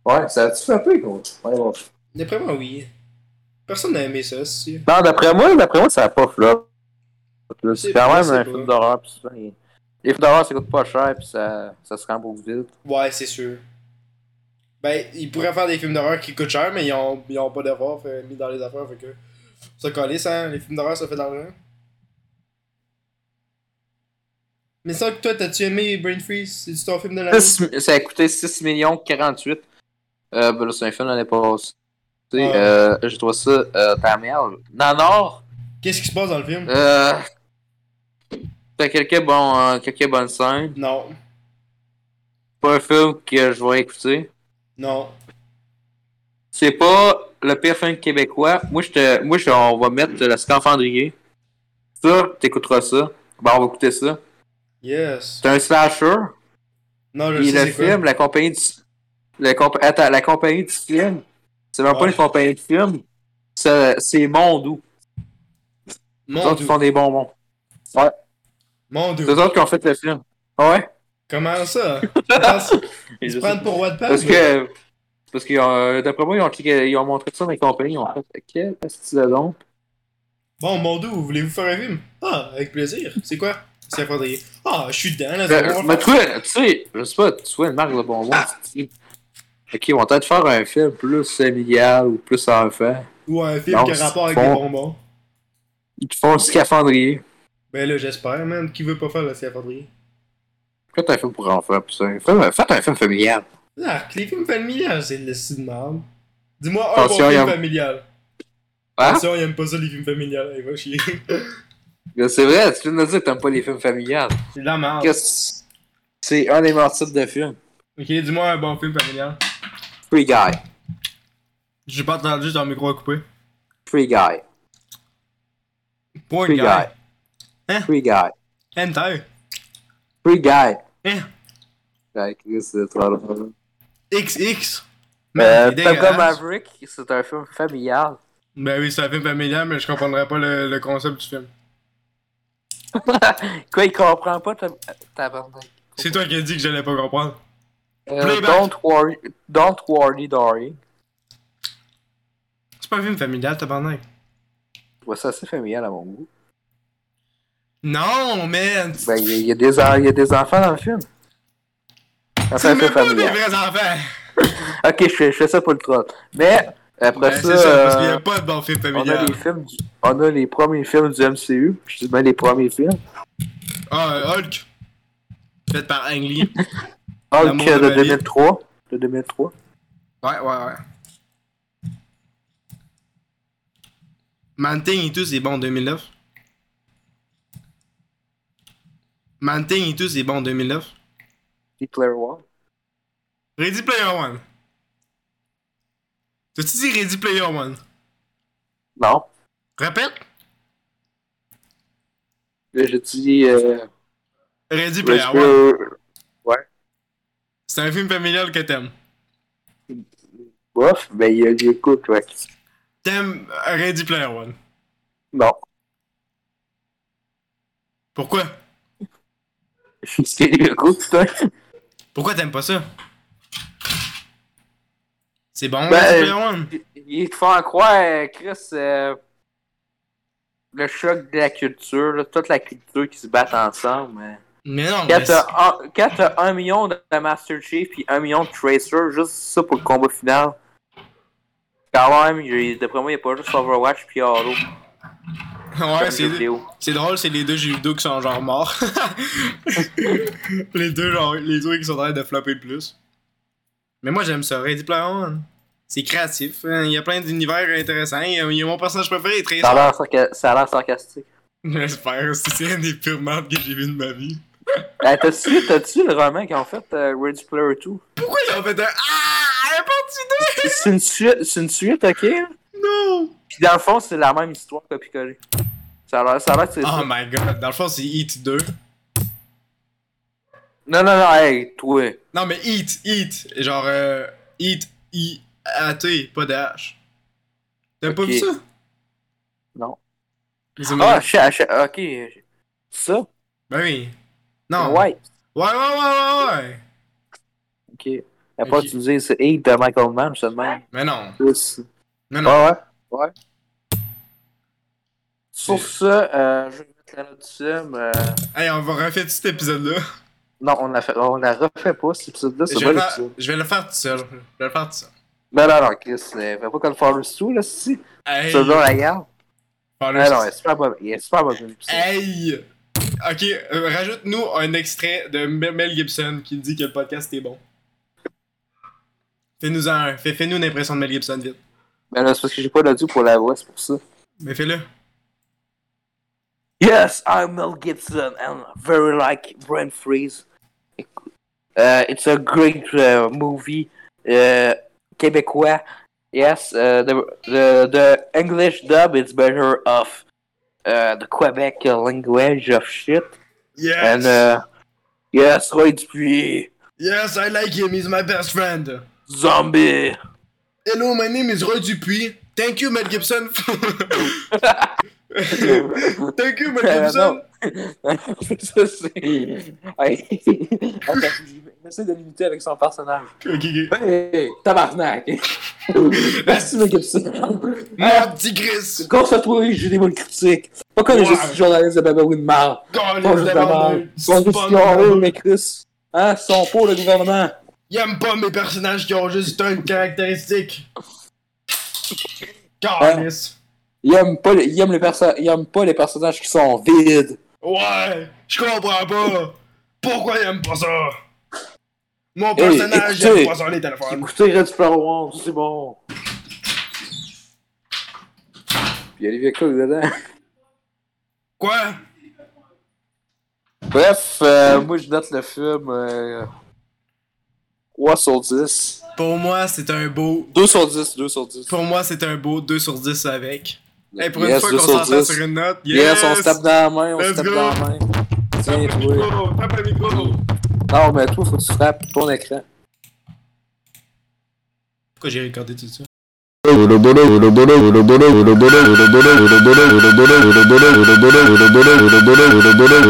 [SPEAKER 2] Ouais, ça a-tu fait un peu, gros? Allez voir.
[SPEAKER 5] D'après moi, oui. Personne n'a aimé ça, si.
[SPEAKER 2] Non, d'après moi, d'après moi, ça a pas flop. Là,
[SPEAKER 5] Je sais
[SPEAKER 2] C'est quand
[SPEAKER 5] pas,
[SPEAKER 2] même
[SPEAKER 5] je sais
[SPEAKER 2] un
[SPEAKER 5] pas.
[SPEAKER 2] film d'horreur, pis souvent, les, les films d'horreur, ça coûte pas cher, pis ça, ça se rend beaucoup vite.
[SPEAKER 5] Ouais, c'est sûr. Ben, ils pourraient faire des films d'horreur qui coûtent cher, mais ils ont, ils ont pas d'avoir fait- mis dans les affaires, fait que. Ça calisse, hein, les films d'horreur, ça fait de l'argent. Mais ça que toi, t'as-tu aimé Brain Freeze C'est ton film de l'année
[SPEAKER 2] Six- ça a coûté 6 millions 48. Euh, ben là, c'est un film l'année passée.
[SPEAKER 5] Ouais.
[SPEAKER 2] Euh, je trouve ça, euh, ta merde. Nanor,
[SPEAKER 5] Qu'est-ce qui se passe dans le film
[SPEAKER 2] euh, t'as quelques, bons, euh, quelques bonnes scènes.
[SPEAKER 5] Non.
[SPEAKER 2] Pas un film que je vais écouter.
[SPEAKER 5] Non.
[SPEAKER 2] C'est pas le pire film québécois. Moi, je te, moi je- on va mettre le scaphandrier. Ça, t'écouteras ça. Ben, on va écouter ça.
[SPEAKER 5] Yes.
[SPEAKER 2] C'est un slasher.
[SPEAKER 5] Non, je
[SPEAKER 2] Et
[SPEAKER 5] sais
[SPEAKER 2] le
[SPEAKER 5] Euh, c'est quoi.
[SPEAKER 2] film, la compagnie du... le comp- Attends, la compagnie du film, c'est même pas
[SPEAKER 5] Ouais.
[SPEAKER 2] une compagnie de film, c'est c'est Mondou. Eux
[SPEAKER 5] Mon
[SPEAKER 2] autres, ils
[SPEAKER 5] dieu.
[SPEAKER 2] font des bonbons.
[SPEAKER 5] Mon dieu.
[SPEAKER 2] C'est eux autres qui ont fait le film. Ah Ouais?
[SPEAKER 5] Comment ça Ils
[SPEAKER 2] Je
[SPEAKER 5] se
[SPEAKER 2] sais
[SPEAKER 5] prennent pour Wattpad
[SPEAKER 2] Parce
[SPEAKER 5] là?
[SPEAKER 2] que, parce qu'ils ont, euh, d'après moi, ils ont, cliqué- ils ont montré ça dans les compagnies, ils ont fait quel style donc?
[SPEAKER 5] Bon, Mondou, vous voulez-vous faire un film? Ah, avec plaisir. C'est quoi? C'est un calendrier. Ah, je suis
[SPEAKER 2] Ben,
[SPEAKER 5] dedans, là. c'est Ah. bon, on va
[SPEAKER 2] Mais
[SPEAKER 5] le
[SPEAKER 2] tu sais, tu sais, je sais pas, tu vois une marque de bonbons, tu te dis, ok, ils vont peut-être faire un film plus familial ou plus enfant.
[SPEAKER 5] faire. Ou un film
[SPEAKER 2] Non,
[SPEAKER 5] qui a rapport avec
[SPEAKER 2] bon.
[SPEAKER 5] des bonbons.
[SPEAKER 2] Ils te font le scaphandrier.
[SPEAKER 5] Ben là, j'espère, man. Qui veut pas faire le scaphandrier?
[SPEAKER 2] Faites un film pour enfants, putain. Faites faites un film familial.
[SPEAKER 5] Ah, les films familiales, c'est le style de merde. Dis-moi un bon
[SPEAKER 2] Attention,
[SPEAKER 5] film
[SPEAKER 2] y a-
[SPEAKER 5] familial.
[SPEAKER 2] Hein?
[SPEAKER 5] Attention, il aime pas ça, les films familiales. Il va chier.
[SPEAKER 2] Mais C'est vrai, tu viens de dire que t'aimes pas les films familiales.
[SPEAKER 5] C'est de la merde.
[SPEAKER 2] Qu'est-ce- C'est un des meilleurs types de films.
[SPEAKER 5] Ok, dis-moi un bon film familial.
[SPEAKER 2] Free Guy.
[SPEAKER 5] J'ai pas entendu, ton micro a coupé.
[SPEAKER 2] Free Guy.
[SPEAKER 5] Point
[SPEAKER 2] Free Guy.
[SPEAKER 5] guy. Hein?
[SPEAKER 2] Free Guy.
[SPEAKER 5] Hentai.
[SPEAKER 2] Free Guy.
[SPEAKER 5] Hein?
[SPEAKER 2] Ouais, Chris, c'est trop drôle.
[SPEAKER 5] XX.
[SPEAKER 2] Euh,
[SPEAKER 5] Man, il est
[SPEAKER 2] Top Gun
[SPEAKER 5] dégueulasse.
[SPEAKER 2] Maverick, c'est un film familial.
[SPEAKER 5] Ben oui, c'est un film familial, mais je comprendrais pas le, le concept du film.
[SPEAKER 2] Quoi, il comprend pas ta tabarnak.
[SPEAKER 5] C'est toi qui as dit que j'allais pas comprendre.
[SPEAKER 2] Euh,
[SPEAKER 5] Playback.
[SPEAKER 2] don't worry, don't worry, darling.
[SPEAKER 5] C'est pas un film familial, tabarnak.
[SPEAKER 2] Ouais, ça c'est familial à mon goût.
[SPEAKER 5] Non, man!
[SPEAKER 2] Ben, il y, a- il y a des en- il y a des enfants dans le film. Ça fait
[SPEAKER 5] C'est
[SPEAKER 2] un film
[SPEAKER 5] même pas des
[SPEAKER 2] familial.
[SPEAKER 5] vrais enfants!
[SPEAKER 2] Ok, je fais, je fais ça pour le crotte. Mais, après
[SPEAKER 5] Ben,
[SPEAKER 2] ça,
[SPEAKER 5] c'est ça, parce qu'il y
[SPEAKER 2] euh,
[SPEAKER 5] a pas de bon film
[SPEAKER 2] on, a
[SPEAKER 5] familial.
[SPEAKER 2] les films du- on a les premiers films du MCU, puis je dis ben les premiers films.
[SPEAKER 5] Ah, Hulk! Fait par Ang Lee.
[SPEAKER 2] Hulk
[SPEAKER 5] L'amour
[SPEAKER 2] euh,
[SPEAKER 5] de
[SPEAKER 2] de
[SPEAKER 5] ma vie.
[SPEAKER 2] 2003. De 2003.
[SPEAKER 5] ouais, ouais, ouais. Man Thing et tout, c'est bon en 2009. Mountain et tout, c'est bon en 2009.
[SPEAKER 2] Player One.
[SPEAKER 5] Ready Player One. T'as-tu dit Ready Player One?
[SPEAKER 2] Non.
[SPEAKER 5] Répète.
[SPEAKER 2] Je dis. Euh,
[SPEAKER 5] Ready Player
[SPEAKER 2] Ready
[SPEAKER 5] One.
[SPEAKER 2] Player-
[SPEAKER 5] C'est un film familial que t'aimes.
[SPEAKER 2] Bof, mais il y a du écoute, ouais.
[SPEAKER 5] T'aimes euh, Ready Player One.
[SPEAKER 2] Non.
[SPEAKER 5] Pourquoi?
[SPEAKER 2] Est-ce qu'il y a du écoute, toi?
[SPEAKER 5] Pourquoi t'aimes pas ça? C'est bon,
[SPEAKER 2] Ben,
[SPEAKER 5] Ready
[SPEAKER 2] euh,
[SPEAKER 5] Player One?
[SPEAKER 2] Ils te font en croire, euh, Chris, euh, le choc de la culture, là, toute la culture qui se bat ensemble. euh.
[SPEAKER 5] Mais non,
[SPEAKER 2] Quand
[SPEAKER 5] mais
[SPEAKER 2] t'as un- quand t'as un million de Master Chief puis un million de Tracer, juste ça pour le combat final. Quand même, il- d'après moi, il n'y a pas juste Overwatch puis Halo.
[SPEAKER 5] c'est- ouais,
[SPEAKER 2] comme jeu
[SPEAKER 5] c'est...
[SPEAKER 2] vidéo.
[SPEAKER 5] C'est drôle, c'est les deux jeux vidéo qui sont genre morts. les deux genre, les deux qui sont en train de flopper le plus. Mais moi j'aime ça, Ready Player One. C'est créatif, hein, il y a plein d'univers intéressants. Il y a- il y a mon personnage préféré, Tracer.
[SPEAKER 2] Ça a l'air sarca- ça a l'air sarcastique.
[SPEAKER 5] J'espère, c'est un des pires merdes que j'ai vu de ma vie.
[SPEAKER 2] Euh, T'as-tu t'as-tu le roman qu'ils ont fait, euh, Ready Player 2?
[SPEAKER 5] Pourquoi ils ont fait un Ah Un parti
[SPEAKER 2] C'est une suite, c'est une suite, ok? là.
[SPEAKER 5] de non
[SPEAKER 2] Puis dans le fond, c'est la même histoire copier-coller. Ça a l'air ça a l'air que c'est
[SPEAKER 5] Oh
[SPEAKER 2] ça.
[SPEAKER 5] my god, dans le fond c'est Heat 2.
[SPEAKER 2] Non, non, non, hey, toi.
[SPEAKER 5] Non mais Heat, Heat, genre euh, Heat, I-A-T, pas de H. T'as pas
[SPEAKER 2] Ok.
[SPEAKER 5] vu ça
[SPEAKER 2] Non.
[SPEAKER 5] Mais c'est
[SPEAKER 2] Ah,
[SPEAKER 5] mon-
[SPEAKER 2] cha- cha- ok. Ça?
[SPEAKER 5] Ben oui. Non.
[SPEAKER 2] Ouais.
[SPEAKER 5] Ouais, ouais, ouais, ouais, ouais.
[SPEAKER 2] Ok. T'as pas
[SPEAKER 5] Ok.
[SPEAKER 2] utilisé ce hate de Michael Mann, seulement.
[SPEAKER 5] Mais non.
[SPEAKER 2] Plus.
[SPEAKER 5] Mais
[SPEAKER 2] Ouais,
[SPEAKER 5] non.
[SPEAKER 2] ouais. Ouais. Sur ce, euh, je vais mettre la note du film. euh,
[SPEAKER 5] Hey, on va refaire tout cet épisode-là.
[SPEAKER 2] Non, on la, fait... on la refait pas, cet épisode-là.
[SPEAKER 5] Je,
[SPEAKER 2] C'est
[SPEAKER 5] vais
[SPEAKER 2] pas
[SPEAKER 5] le
[SPEAKER 2] l'épisode.
[SPEAKER 5] faire- je vais le faire tout seul. Je vais le faire tout seul.
[SPEAKER 2] Non, non, non, Chris, euh, fais pas qu'on le fasse tout, là, si.
[SPEAKER 5] Hey.
[SPEAKER 2] Tu le donnes à la garde.
[SPEAKER 5] Faire le-
[SPEAKER 2] Ah non, il est super bon. Il est super bon. comme épisode.
[SPEAKER 5] Hey! Ok, euh, rajoute-nous un extrait de M- Mel Gibson qui dit que le podcast est bon. Fais-nous un. Fais, fais-nous une impression de Mel Gibson, vite.
[SPEAKER 2] Ben là, c'est parce que j'ai pas l'audio pour la voix, c'est pour ça.
[SPEAKER 5] Mais fais-le.
[SPEAKER 2] Yes, I'm Mel Gibson and very like Brent Freeze. Uh, it's a great uh, movie. Uh, Québécois. Yes, uh, the, the the English dub is better of uh, the Quebec language of shit.
[SPEAKER 5] Yes!
[SPEAKER 2] And uh, yes, right, puis
[SPEAKER 5] Yes, I like him, he's my best friend.
[SPEAKER 2] zombie.
[SPEAKER 5] Hello, my name is Roy Dupuis. Thank you, Mel Gibson. Thank you, Mel
[SPEAKER 2] Euh,
[SPEAKER 5] Gibson.
[SPEAKER 2] ça c'est. Ouais. Attends, j'essaie de l'imiter avec son personnage.
[SPEAKER 5] Ok, ok.
[SPEAKER 2] Hey, Ben, tabarnak! Merci, mec, Gibson.
[SPEAKER 5] Mon petit Chris.
[SPEAKER 2] Concentre-toi, j'ai des bonnes critiques. Pas comme les
[SPEAKER 5] Ouais.
[SPEAKER 2] gestes journalistes de Babaou de marre.
[SPEAKER 5] God,
[SPEAKER 2] Pas juste de marre. Ils sont juste carrés, mais Chris. Hein, ils sont pour le gouvernement.
[SPEAKER 5] Il aime pas mes personnages qui ont juste une caractéristique. Carlis.
[SPEAKER 2] Ils aiment pas, le- ils aiment les, perso- ils aiment pas les personnages qui sont vides.
[SPEAKER 5] Ouais, je comprends pas. Pourquoi il aime pas ça? Mon
[SPEAKER 2] Hey,
[SPEAKER 5] personnage, il
[SPEAKER 2] écoutez.
[SPEAKER 5] aime pas ça les téléphones.
[SPEAKER 2] Écoutez Red Sparrow One, c'est bon. Puis il y a Olivia Cook dedans.
[SPEAKER 5] Quoi?
[SPEAKER 2] Bref, euh, moi je note le film euh, 3 sur 10.
[SPEAKER 5] Pour moi, c'est un beau.
[SPEAKER 2] 2 sur 10, 2 sur 10.
[SPEAKER 5] Pour moi, c'est un beau 2 sur 10 avec. Hey, pour
[SPEAKER 2] Yes,
[SPEAKER 5] une fois
[SPEAKER 2] 2
[SPEAKER 5] qu'on
[SPEAKER 2] sur
[SPEAKER 5] s'entend
[SPEAKER 2] 10.
[SPEAKER 5] sur une note,
[SPEAKER 2] Yes, on se tape dans la main, on se
[SPEAKER 5] Let's
[SPEAKER 2] tape
[SPEAKER 5] go.
[SPEAKER 2] dans la main.
[SPEAKER 5] Tape
[SPEAKER 2] Tiens,
[SPEAKER 5] le
[SPEAKER 2] toi.
[SPEAKER 5] micro, tape le micro.
[SPEAKER 2] Non, mais toi, faut que tu tapes ton écran.
[SPEAKER 5] Pourquoi j'ai regardé tout ça?